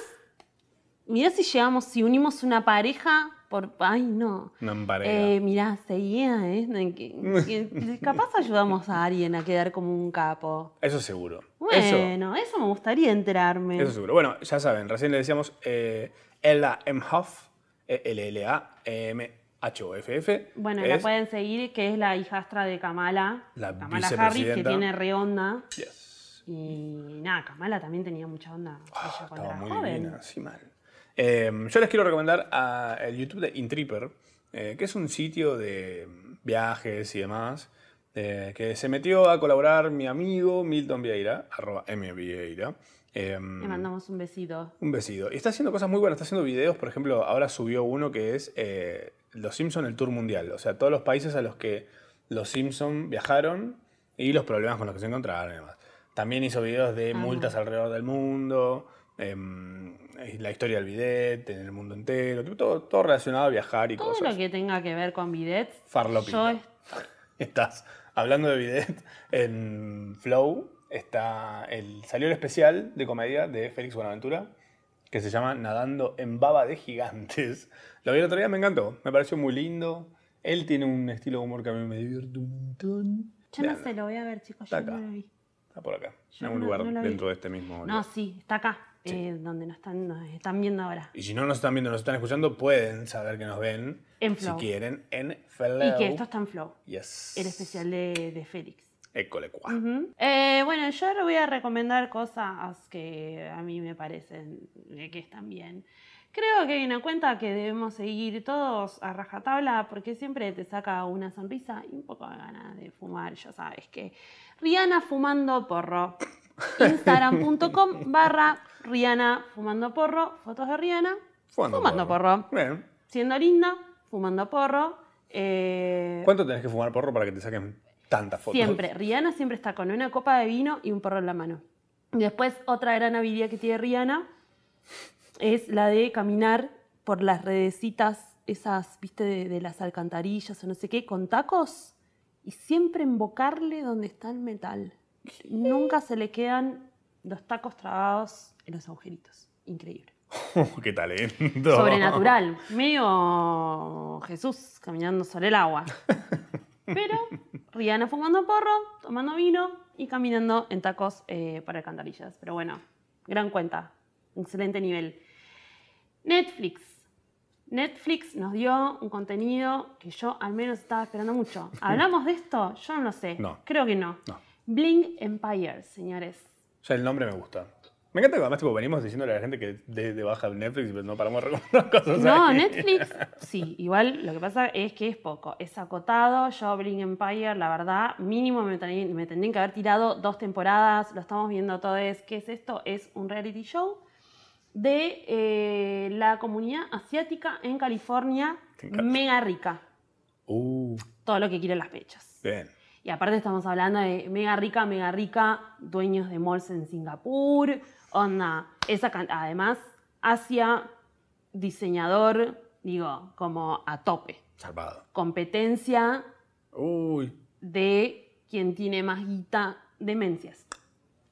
Mirá si llegamos, si unimos una pareja por... Ay, no. Una emparega. Eh, mirá, seguía, ¿eh? No, que- que- Capaz ayudamos a alguien a quedar como un capo. Eso seguro. Eso, Bueno, eso, me gustaría enterarme. eso seguro. Bueno, ya saben, recién le decíamos eh, Ella M. Hoff, eh, L-L-A-M-H-O-F-F. Bueno, es- la pueden seguir, que es la hijastra de Kamala. La Kamala Harris, que vicepresidenta. tiene re onda. Yes. Y nada, Kamala también tenía mucha onda. Ah, ella cuando estaba era muy joven. divina, sí, mal. Eh, yo les quiero recomendar a el YouTube de Intripper, eh, que es un sitio de viajes y demás, eh, que se metió a colaborar mi amigo Milton Vieira, arroba M. Vieira. eh, Le mandamos un besito. un besito. Y está haciendo cosas muy buenas. Está haciendo videos, por ejemplo, ahora subió uno que es eh, Los Simpson el Tour Mundial. O sea, todos los países a los que los Simpson viajaron y los problemas con los que se encontraron y demás. También hizo videos de Amo. multas alrededor del mundo, em, la historia del bidet en el mundo entero, tipo, todo, todo relacionado a viajar y Todo cosas. lo que tenga que ver con bidets. Farlopita. Yo es- Estás hablando de bidet en Flow. Está el, salió el especial de comedia de Félix Buenaventura que se llama Nadando en baba de gigantes. Lo vi el otro día, me encantó, me pareció muy lindo. Él tiene un estilo de humor que a mí me divierte un montón. yo no Veanlo, sé, lo voy a ver, chicos. Está Yo no acá. lo vi. Está por acá, Yo en algún no- lugar no lo vi. dentro de este mismo. No, lugar. sí, está acá, Sí. eh, donde nos están, nos están viendo ahora. Y si no nos están viendo, nos están escuchando, pueden saber que nos ven, En si Flow. quieren, en Flow. Y que esto está en Flow, Yes. el especial de, de Félix. École qua. Ujú. Eh, bueno, yo le voy a recomendar cosas que a mí me parecen que están bien. Creo que hay una cuenta que debemos seguir todos a rajatabla porque siempre te saca una sonrisa y un poco de ganas de fumar, ya sabes que. Rihanna fumando [laughs] porro. Instagram.com barra Rihanna fumando porro. Fotos de Rihanna Fumando porro. Bien. Siendo linda, fumando porro. Eh, ¿Cuánto tenés que fumar porro para que te saquen tantas fotos? [laughs] Siempre. Rihanna siempre está con una copa de vino y un porro en la mano. Y después, otra gran habilidad que tiene Rihanna es la de caminar por las redecitas, esas, viste, de, de las alcantarillas o no sé qué, con tacos y siempre embocarle donde está el metal. Nunca se le quedan los tacos trabados en los agujeritos. Increíble. Uh, ¡Qué talento! Sobrenatural. Medio Jesús caminando sobre el agua. Pero Rihanna fumando porro, tomando vino y caminando en tacos eh, para alcantarillas. Pero bueno, gran cuenta. Excelente nivel. Netflix. Netflix nos dio un contenido que yo al menos estaba esperando [laughs] mucho. ¿Hablamos de esto? Yo no lo sé. No. Creo que no. No. Bling Empire, señores. Ya el nombre me gusta. Me encanta que además tipo, venimos diciéndole a la gente que desde de baja Netflix, pero no paramos de recomendar [laughs] cosas. No, ahí. [laughs] Netflix, sí, igual lo que pasa es que es poco, es acotado, yo Bling Empire, la verdad, mínimo me, tendrían- me tendrían que haber tirado dos temporadas, lo estamos viendo todo es, ¿qué es esto? Es un reality show de eh, la comunidad asiática en California, Te encanta. mega rica, Uh, todo lo que quieren las pechas. bien. Y aparte estamos hablando de mega rica, mega rica, dueños de malls en Singapur, onda, esa can- además Asia, diseñador, digo, como a tope, Salvado. competencia Uy, de quien tiene más guita, demencias.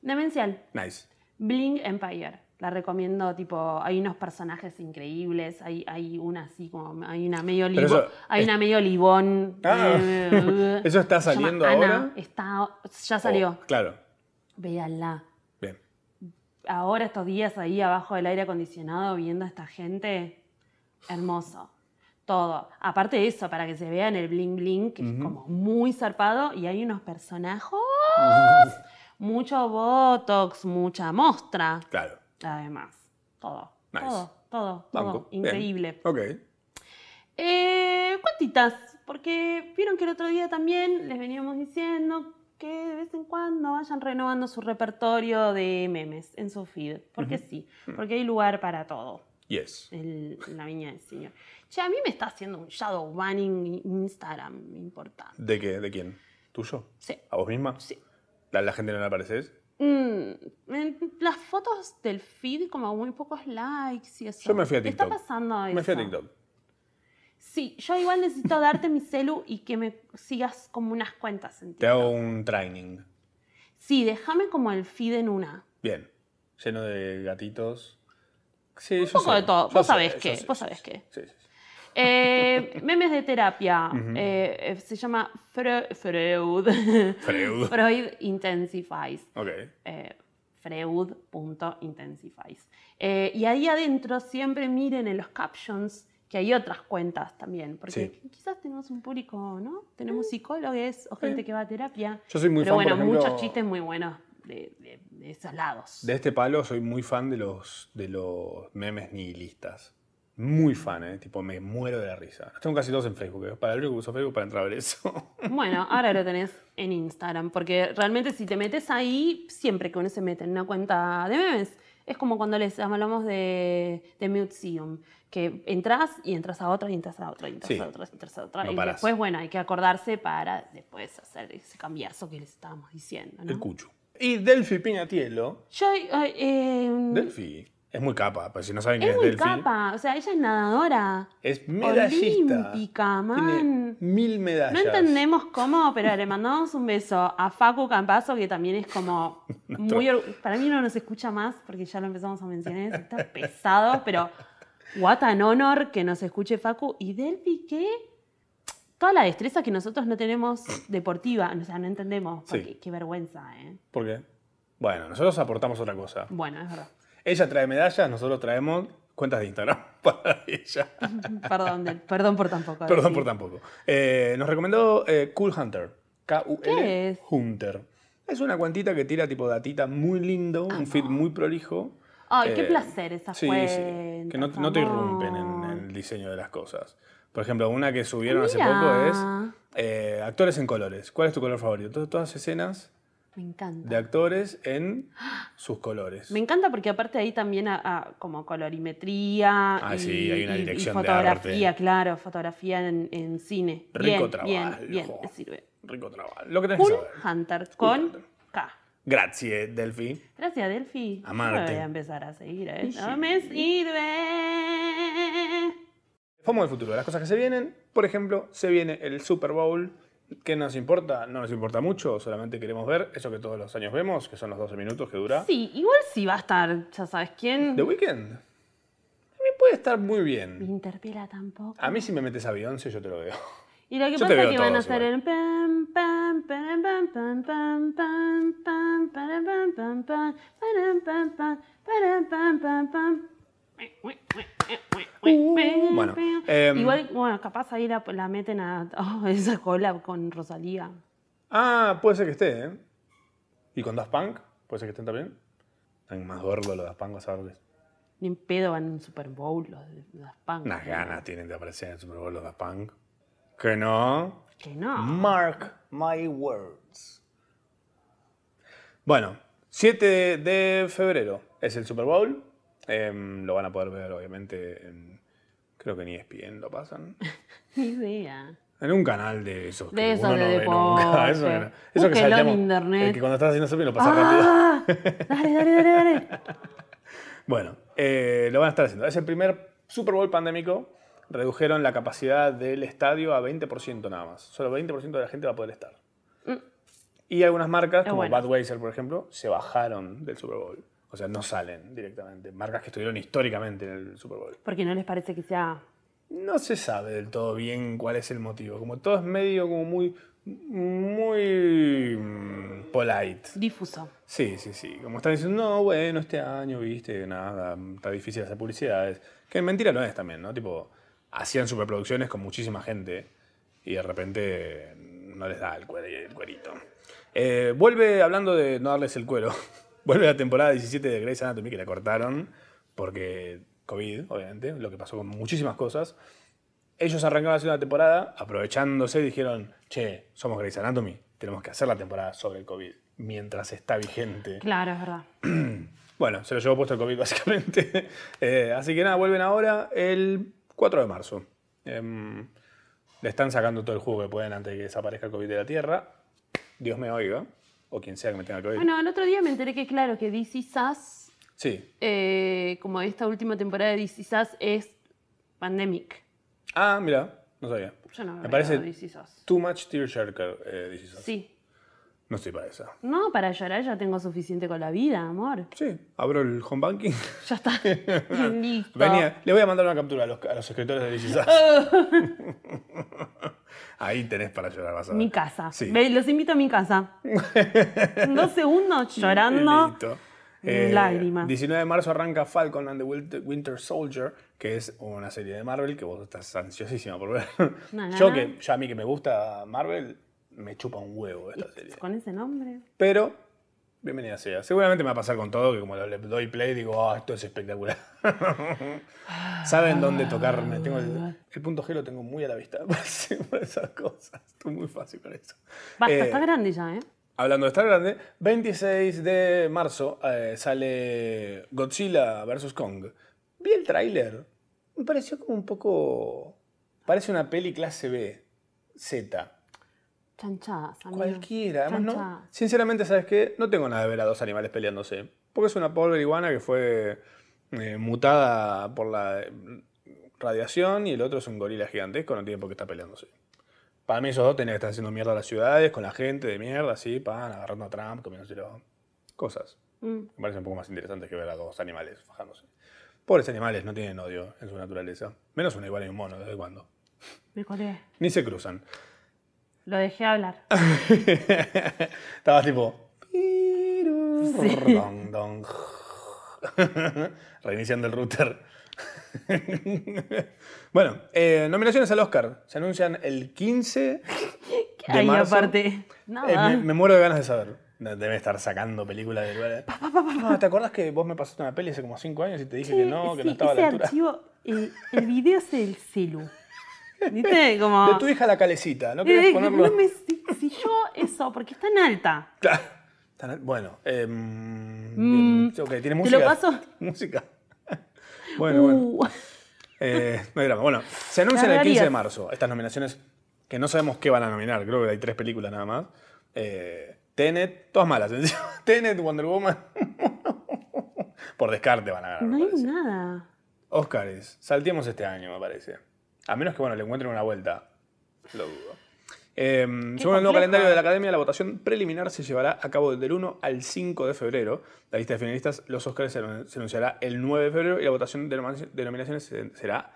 Demencial. nice. Eh, Bling Empire. La recomiendo, tipo, hay unos personajes increíbles, hay, hay una así como, hay una medio Pero libón, eso- hay una medio libón. [laughs] Ah, [laughs] eh, ¿eso está se llama saliendo Ana, ahora? Está, ya salió, Oh, claro, véanla. bien. Ahora estos días ahí abajo del aire acondicionado viendo a esta gente, hermoso. Todo. Aparte de eso, para que se vean el bling bling, que es como muy zarpado y hay unos personajes, mucho botox, mucha mostra. Claro. Además, todo. Nice. Todo, todo, todo. Banco. Bien. Increíble. Ok. Eh, cuentitas, porque vieron que el otro día también les veníamos diciendo que de vez en cuando vayan renovando su repertorio de memes en su feed. Porque sí, Mm. porque hay lugar para todo Yes. en la viña del señor. Che, a mí me está haciendo un shadow banning Instagram importante. ¿De qué? ¿De quién? ¿Tuyo? Sí, ¿A vos misma? sí. ¿A la gente no le apareces? Mm, en las fotos del feed como muy pocos likes y eso. Yo me fui a Está TikTok. pasando eso. Me fui a TikTok. Sí, yo igual necesito darte mi celu y que me sigas como unas cuentas en Te TikTok. hago un training. Sí, déjame como el feed en una. Bien. Lleno de gatitos. Sí, yo poco sé. de todo. Yo Vos sé, sabés yo qué, sé, vos yo sabés sé. qué. Sí, sí, sí. [laughs] Eh, memes de terapia. Eh, eh, se llama Fre- Freud. [laughs] Freud. Freud Intensifies. Ok. eh, freud.intensifies. Eh, y ahí adentro siempre miren en los captions que hay otras cuentas también, porque Sí. Eh, quizás tenemos un público, ¿no? Tenemos psicólogos o gente que va a terapia. Yo soy muy Pero fan, por bueno, ejemplo- muchos chistes muy buenos de, de- de esos lados. De este palo soy muy fan de los, de los memes nihilistas. Muy fan, ¿eh? Tipo, me muero de la risa. Los tengo casi todos en Facebook. ¿eh? Para el único que uso Facebook para entrar a ver [laughs] eso. Bueno, ahora lo tenés en Instagram, porque realmente si te metes ahí, siempre que uno se mete en una cuenta de memes, es como cuando les hablamos de, de Museum, que entras y entras a otra y entras a otra y entras Sí. a otra y entras a otra. No y parás. después, bueno, hay que acordarse para después hacer ese cambiazo que les estábamos diciendo. ¿no? El cucho. Y Delphi Piñatielo. Yo, eh, eh, Delphi es muy capa, pero si no saben quién es Mm. es, muy Delphi. capa, o sea, ella es nadadora. Es medallista. Olímpica, Tiene man. mil medallas. No entendemos cómo, pero le mandamos un beso a Facu Campazo, que también es [laughs] como muy... org- Para mí no nos escucha más, porque ya lo empezamos a mencionar, está pesado, pero what an honor que nos escuche Facu. Y Delphi, que toda la destreza que nosotros no tenemos deportiva, o sea, no entendemos, Sí. porque qué vergüenza, ¿eh? ¿Por qué? Bueno, nosotros aportamos otra cosa. Bueno, es verdad. Ella trae medallas, nosotros traemos cuentas de Instagram [laughs] para ella. Perdón, Del- perdón por tampoco. Perdón por tampoco. Eh, nos recomendó eh, Cool Hunter. ¿Qué K-U-L es? Hunter. Es una cuentita que tira tipo datita muy lindo, un feed muy prolijo. Ay, qué Eh, placer esas sí, cuentas. sí, que no, no te amor. irrumpen en, en el diseño de las cosas. Por ejemplo, una que subieron hace Mirá. poco es eh, actores en colores. ¿Cuál es tu color favorito? Entonces, todas escenas Me encanta. de actores [gasps] en sus colores. Me encanta porque aparte ahí también a- a- como colorimetría Ah, y, sí, hay una y- y dirección de fotografía, arte. claro, fotografía en, en cine. Rico bien, trabajo. Bien, bien, me sirve. Rico trabajo. Lo que tenés que Cool saber. Hunter con Hunter. K. Gracias, Delphi. Gracias, Delphi. Yo Amarte. Voy a empezar a seguir, ¿eh? No me sirve. Fomo del futuro, las cosas que se vienen. Por ejemplo, se viene el Super Bowl. ¿Qué nos importa? No nos importa mucho, solamente queremos ver eso que todos los años vemos, que son los 12 minutos que dura. Sí, igual sí va a estar, ya sabes quién. The Weeknd. A mí puede estar muy Me bien. interpela tampoco. A mí si me metes a Beyoncé yo te lo veo. Y lo que Yo te pasa es veo que van a todos hacer igual. el pam, pam, pam, pam, pam, pam, pam, pam, param, pam, pam, pam, param, pam, pam, param, pam, pam, pam. Uh, bueno, em. Igual, bueno, capaz ahí la, la meten a [laughs] oh, esa collab con Rosalía. Ah, puede ser que esté, ¿eh? ¿Y con Daft Punk? ¿Puede ser que estén también? Están más gordos los Daft Punk, vas a ver. Ni en pedo van a un Super Bowl los de las Punk. Unas ganas tienen de aparecer en el Super Bowl los Daft Punk. Que no. Que Mm. no. Mark my words. Bueno, 7 de- de febrero es el Super Bowl. Em, lo van a poder ver, obviamente, en- E creo que ni ESPN lo pasan. Ni idea. En un canal de esos que De esos uno de no ve deporte. nunca. [laughs] Eso, que no- eso que Búsquelo en salteamos. internet. El que cuando estás haciendo surfing lo pasas rápido. [laughs] ¡Ah! Dale, dale, dale, dale. Bueno, eh, lo van a estar haciendo. Es el primer Super Bowl pandémico. Redujeron la capacidad del estadio a 20% nada más. Solo 20% de la gente va a poder estar. Y algunas marcas, Mm. Es como bueno. Budweiser, por ejemplo, se bajaron del Super Bowl. O sea, no salen directamente. Marcas que estuvieron históricamente en el Super Bowl. Porque no les parece que sea No se sabe del todo bien cuál es el motivo. Como todo es medio como muy... Muy... mm, Polite. difuso. Sí, sí, sí. Como están diciendo, no, bueno, este año, viste, nada, está difícil hacer publicidades. Que mentira lo es también, ¿no? Tipo, hacían superproducciones con muchísima gente y de repente no les da el, cuer- el cuerito. Eh, vuelve, hablando de no darles el cuero, [laughs] vuelve la temporada 17 de Grey's Anatomy que la cortaron porque COVID, obviamente, lo que pasó con muchísimas cosas. Ellos arrancaron haciendo la temporada, aprovechándose, dijeron, che, somos Grey's Anatomy, tenemos que hacer la temporada sobre el COVID mientras está vigente. Claro, es verdad. Bueno, se lo llevó puesto el COVID [laughs] básicamente. Eh, así que nada, vuelven ahora el 4 de marzo. Em, le están sacando todo el jugo que pueden antes de que desaparezca el COVID de la Tierra. Dios me oiga, o quien sea que me tenga COVID. Bueno, el otro día me enteré que, claro, que DC Sass, Sí. eh, como esta última temporada de DC Sass, es pandemic. Ah, mira, no sabía. Yo no me veo parece DC Sass. too much tearjerker, eh, This Is Us. Sí. No estoy para esa. No, para llorar ya tengo suficiente con la vida, amor. Sí, abro el home banking. Ya [laughs] está. Bien listo. Venía, le voy a mandar una captura a los, a los escritores de DC Sass. [laughs] Ahí tenés para llorar, vas a ver. Mi casa. Sí. Ve, Los invito a mi casa. En Dos [laughs] segundos llorando. Eh, Listo. Lágrimas. 19 de marzo arranca Falcon and the Win- Winter Soldier, que es una serie de Marvel que vos estás ansiosísima por ver. [laughs] Na, na, Yo, na. que ya a mí que me gusta Marvel, me chupa un huevo esta serie. Con ese nombre. Pero, bienvenida sea. Seguramente me va a pasar con todo, que como le doy play, digo, ah, esto es espectacular. [laughs] Saben dónde tocarme. Tengo el, el punto G lo tengo muy a la vista [laughs] para hacer esas cosas. Estoy muy fácil con eso. Basta, Eh, está grande ya, ¿eh? Hablando de estar grande, 26 de marzo eh, sale Godzilla vs. Kong. Vi el tráiler. Me pareció como un poco... Parece una peli clase B, Z. Chanchadas, amigo. Cualquiera. Además, ¿no? Chanchadas. Sinceramente, ¿sabes qué? No tengo nada de ver a dos animales peleándose. Porque es una pobre iguana que fue eh, mutada por la eh, radiación y el otro es un gorila gigantesco, no tiene por qué estar peleándose. Para mí esos dos tenían que estar haciendo mierda a las ciudades, con la gente de mierda, así, pan, agarrando a Trump, comiéndoselo. Cosas. Mm. Me parece un poco más interesante que ver a dos animales fajándose. Pobres animales, no tienen odio en su naturaleza. Menos una iguana y un mono, desde cuando. Me colé. Ni se cruzan. Lo dejé [laughs] hablar. Estaba tipo. Dong, dong. [laughs] Reiniciando el router. [laughs] bueno, eh, nominaciones al Oscar. Se anuncian el 15 ¿Qué hay marzo. aparte? Eh, Nada. me, me muero de ganas de saberlo. No, Debe estar sacando películas de lugares. No, ¿Te acordás que vos me pasaste una peli hace como 5 años y te dije que no, que Sí, no estaba a ese la altura? archivo, el, el video es el celu. [laughs] ¿Viste? Como. De tu hija la calecita, ¿no Eh, querés eh, ponerlo? no me- si, si yo eso, porque está en alta. Claro. [laughs] Tan- Bueno, eh, Mm, bien. ok, tiene lo música. paso? [laughs] Música. Bueno, bueno. Uh, Eh, no hay drama. Bueno, se anuncian Las el 15 de varias. marzo estas nominaciones que no sabemos qué van a nominar. Creo que hay tres películas nada más. Eh, Tenet, todas malas. [laughs] encima. Tenet, Wonder Woman. [laughs] Por descarte van a ganar. no me hay parece. nada. Óscares, salteemos este año, me parece. A menos que, bueno, le encuentren una vuelta. Lo dudo. Eh, según el complejo. nuevo calendario de la Academia, la votación preliminar se llevará a cabo del 1 al 5 de febrero. La lista de finalistas, los Óscares, se anun- se anunciará el 9 de febrero y la votación de nomi- de nominaciones se- será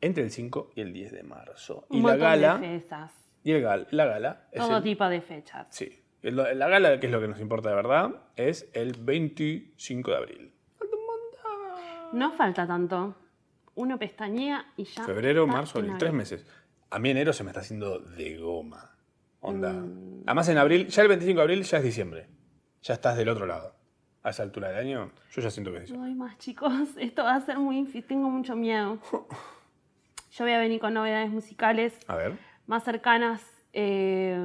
entre el 5 y el 10 de marzo. Un Y la montón gala, de fechas. y el gal- la gala es Todo el- tipo de fechas. sí, El- la gala, que es lo que nos importa de verdad, es el 25 de abril. No falta tanto. Uno pestañea y ya. Febrero, está marzo, en abril, tres abril. meses. A mí enero se me está haciendo de goma. Onda. Mm. Además en abril, ya el 25 de abril ya es diciembre. Ya estás del otro lado. A esa altura del año, yo ya siento que es diciembre. No hay más, chicos. [laughs] Esto va a ser muy. infi- Tengo mucho miedo. Yo voy a venir con novedades musicales A ver. más cercanas. eh,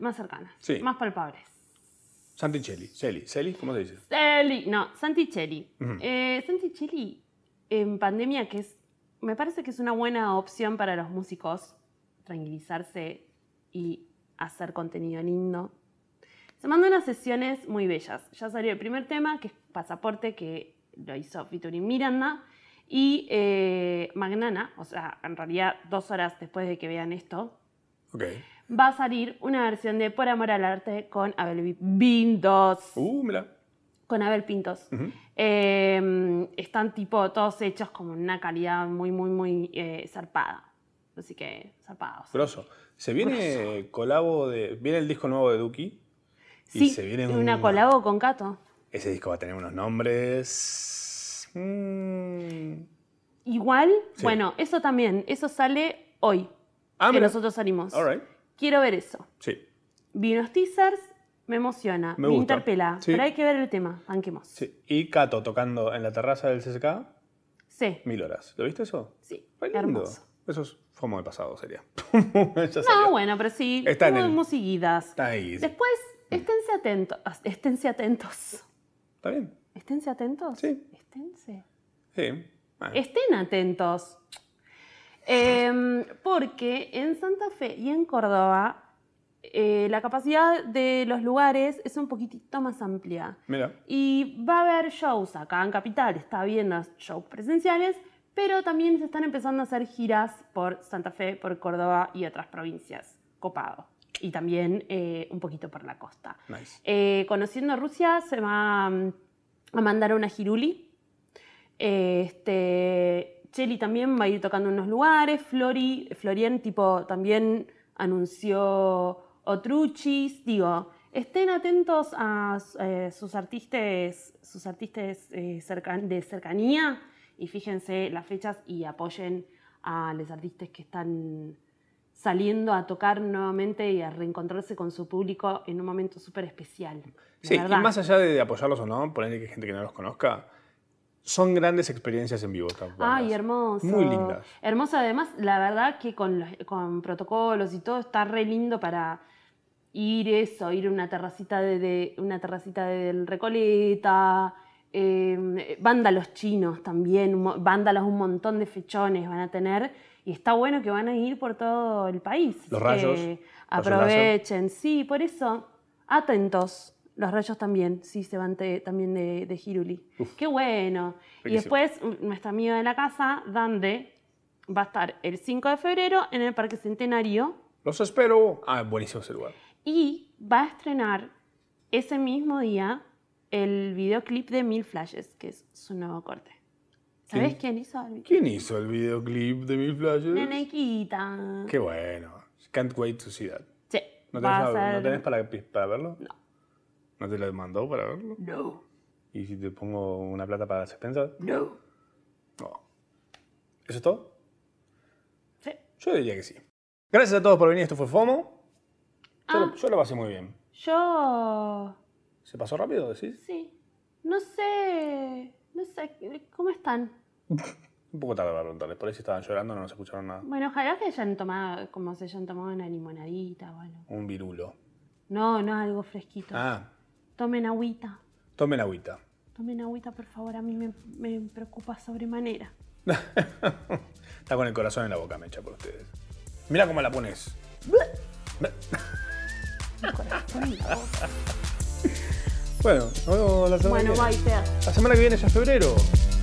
más cercanas. Sí. Más palpables. Santicelli, Celi, Celi, ¿cómo se dice? Celi- no, Santicelli. Ujú. Eh, Santicelli en pandemia, que es, me parece que es una buena opción para los músicos tranquilizarse y hacer contenido lindo. Se mandó unas sesiones muy bellas. Ya salió el primer tema, que es Pasaporte, que lo hizo featuring Miranda. Y eh, Magnana, o sea, en realidad dos horas después de que vean esto, Ok. va a salir una versión de Por Amor al Arte con Abel Pintos. Uh, mira. Con Abel Pintos. Ujú. Eh, están tipo todos hechos como en una calidad muy, muy, muy eh, zarpada. Así que zarpados. Grosso. Se viene colabo de. Viene el disco nuevo de Duki. y sí, se viene y una un- colabo con Cato. Ese disco va a tener unos nombres. Mm. Igual, Sí. bueno, eso también, eso sale hoy. Ah, que mira. nosotros salimos. All right. Quiero ver eso. Sí. Vi unos teasers, me emociona, me Me gusta. interpela. Sí. Pero hay que ver el tema, banquemos. sí. Y Cato tocando en la terraza del CSK. Sí, Mil horas. ¿Lo viste eso? sí, Fue lindo. hermoso. Eso es como de pasado sería. [laughs] No, bueno, pero sí, Está en muy el- musiguidas. Está Mm. ahí. sí. Después, esténse atentos. Esténse atentos. ¿Está bien? ¿Esténse atentos? Sí. Esténse. Sí. Ah, Estén atentos. Em, porque en Santa Fe y en Córdoba eh, la capacidad de los lugares es un poquitito más amplia. Mira. Y va a haber shows acá en Capital, está bien los shows presenciales, pero también se están empezando a hacer giras por Santa Fe, por Córdoba y otras provincias. Copado. Y también eh, un poquito por la costa. Nice. Eh, conociendo Rusia se va mm, a mandar una Giruli. Eh, Este, Cheli también va a ir tocando en unos lugares. Flori, Florian tipo también anunció Otruchis. Digo, estén atentos a eh, sus artistas, sus artistas eh, cercan- de cercanía y fíjense las fechas y apoyen a los artistas que están saliendo a tocar nuevamente y a reencontrarse con su público en un momento súper especial. la Sí, y verdad. más allá de, de apoyarlos o no, ponerle que hay gente que no los conozca, son grandes experiencias en vivo estas bandas. Ay, hermoso. Muy lindas. Hermoso, además, la verdad que con, los- con protocolos y todo está re lindo para ir eso, ir a una terracita de, de- una terracita del Recoleta, eh, vándalos chinos también, un mo- vándalos un montón de fechones van a tener y está bueno que van a ir por todo el país. así Los rayos, que rayo Aprovechen, sí, por eso, atentos. Los rayos también, sí, se van te- también de, de Giruli. Qué bueno. Y Riquísimo. después, mm, nuestra amiga de la casa, Dande, va a estar el 5 de febrero en el Parque Centenario Los espero. Ah, buenísimo ese lugar. y va a estrenar ese mismo día el videoclip de Mil Flashes, que es su nuevo corte. ¿Sabes ¿Quién? quién hizo el videoclip? ¿Quién hizo el videoclip de Mil Flashes? Nenequita. Qué bueno. Can't wait to see that. Sí, ¿No va tenés, a algo- ser- ¿no tenés para, para verlo? No. ¿No te lo mandó para verlo? No, ¿Y si te pongo una plata para las expensas? no. No. ¿Eso es todo? Sí. Yo diría que sí. Gracias a todos por venir. Esto fue FOMO. Yo, lo- Ah. yo lo pasé muy bien. Yo. ¿Se pasó rápido, decís? Sí. No sé. No sé. ¿Cómo están? Un poco tarde para preguntarles. Por ahí si estaban llorando no nos escucharon nada. Bueno, ojalá que hayan tomado, como se hayan tomado una limonadita o algo. Un virulo. No, no, algo fresquito. Ah, Tomen agüita. tomen agüita. Tomen agüita, por favor. A mí me, me preocupa sobremanera. Está con el corazón en la boca, mecha, por ustedes. Mira cómo la pones. Mi corazón en la boca. Bueno, nos vemos la semana Bueno, que viene. bye, Fer. La semana que viene ya es febrero.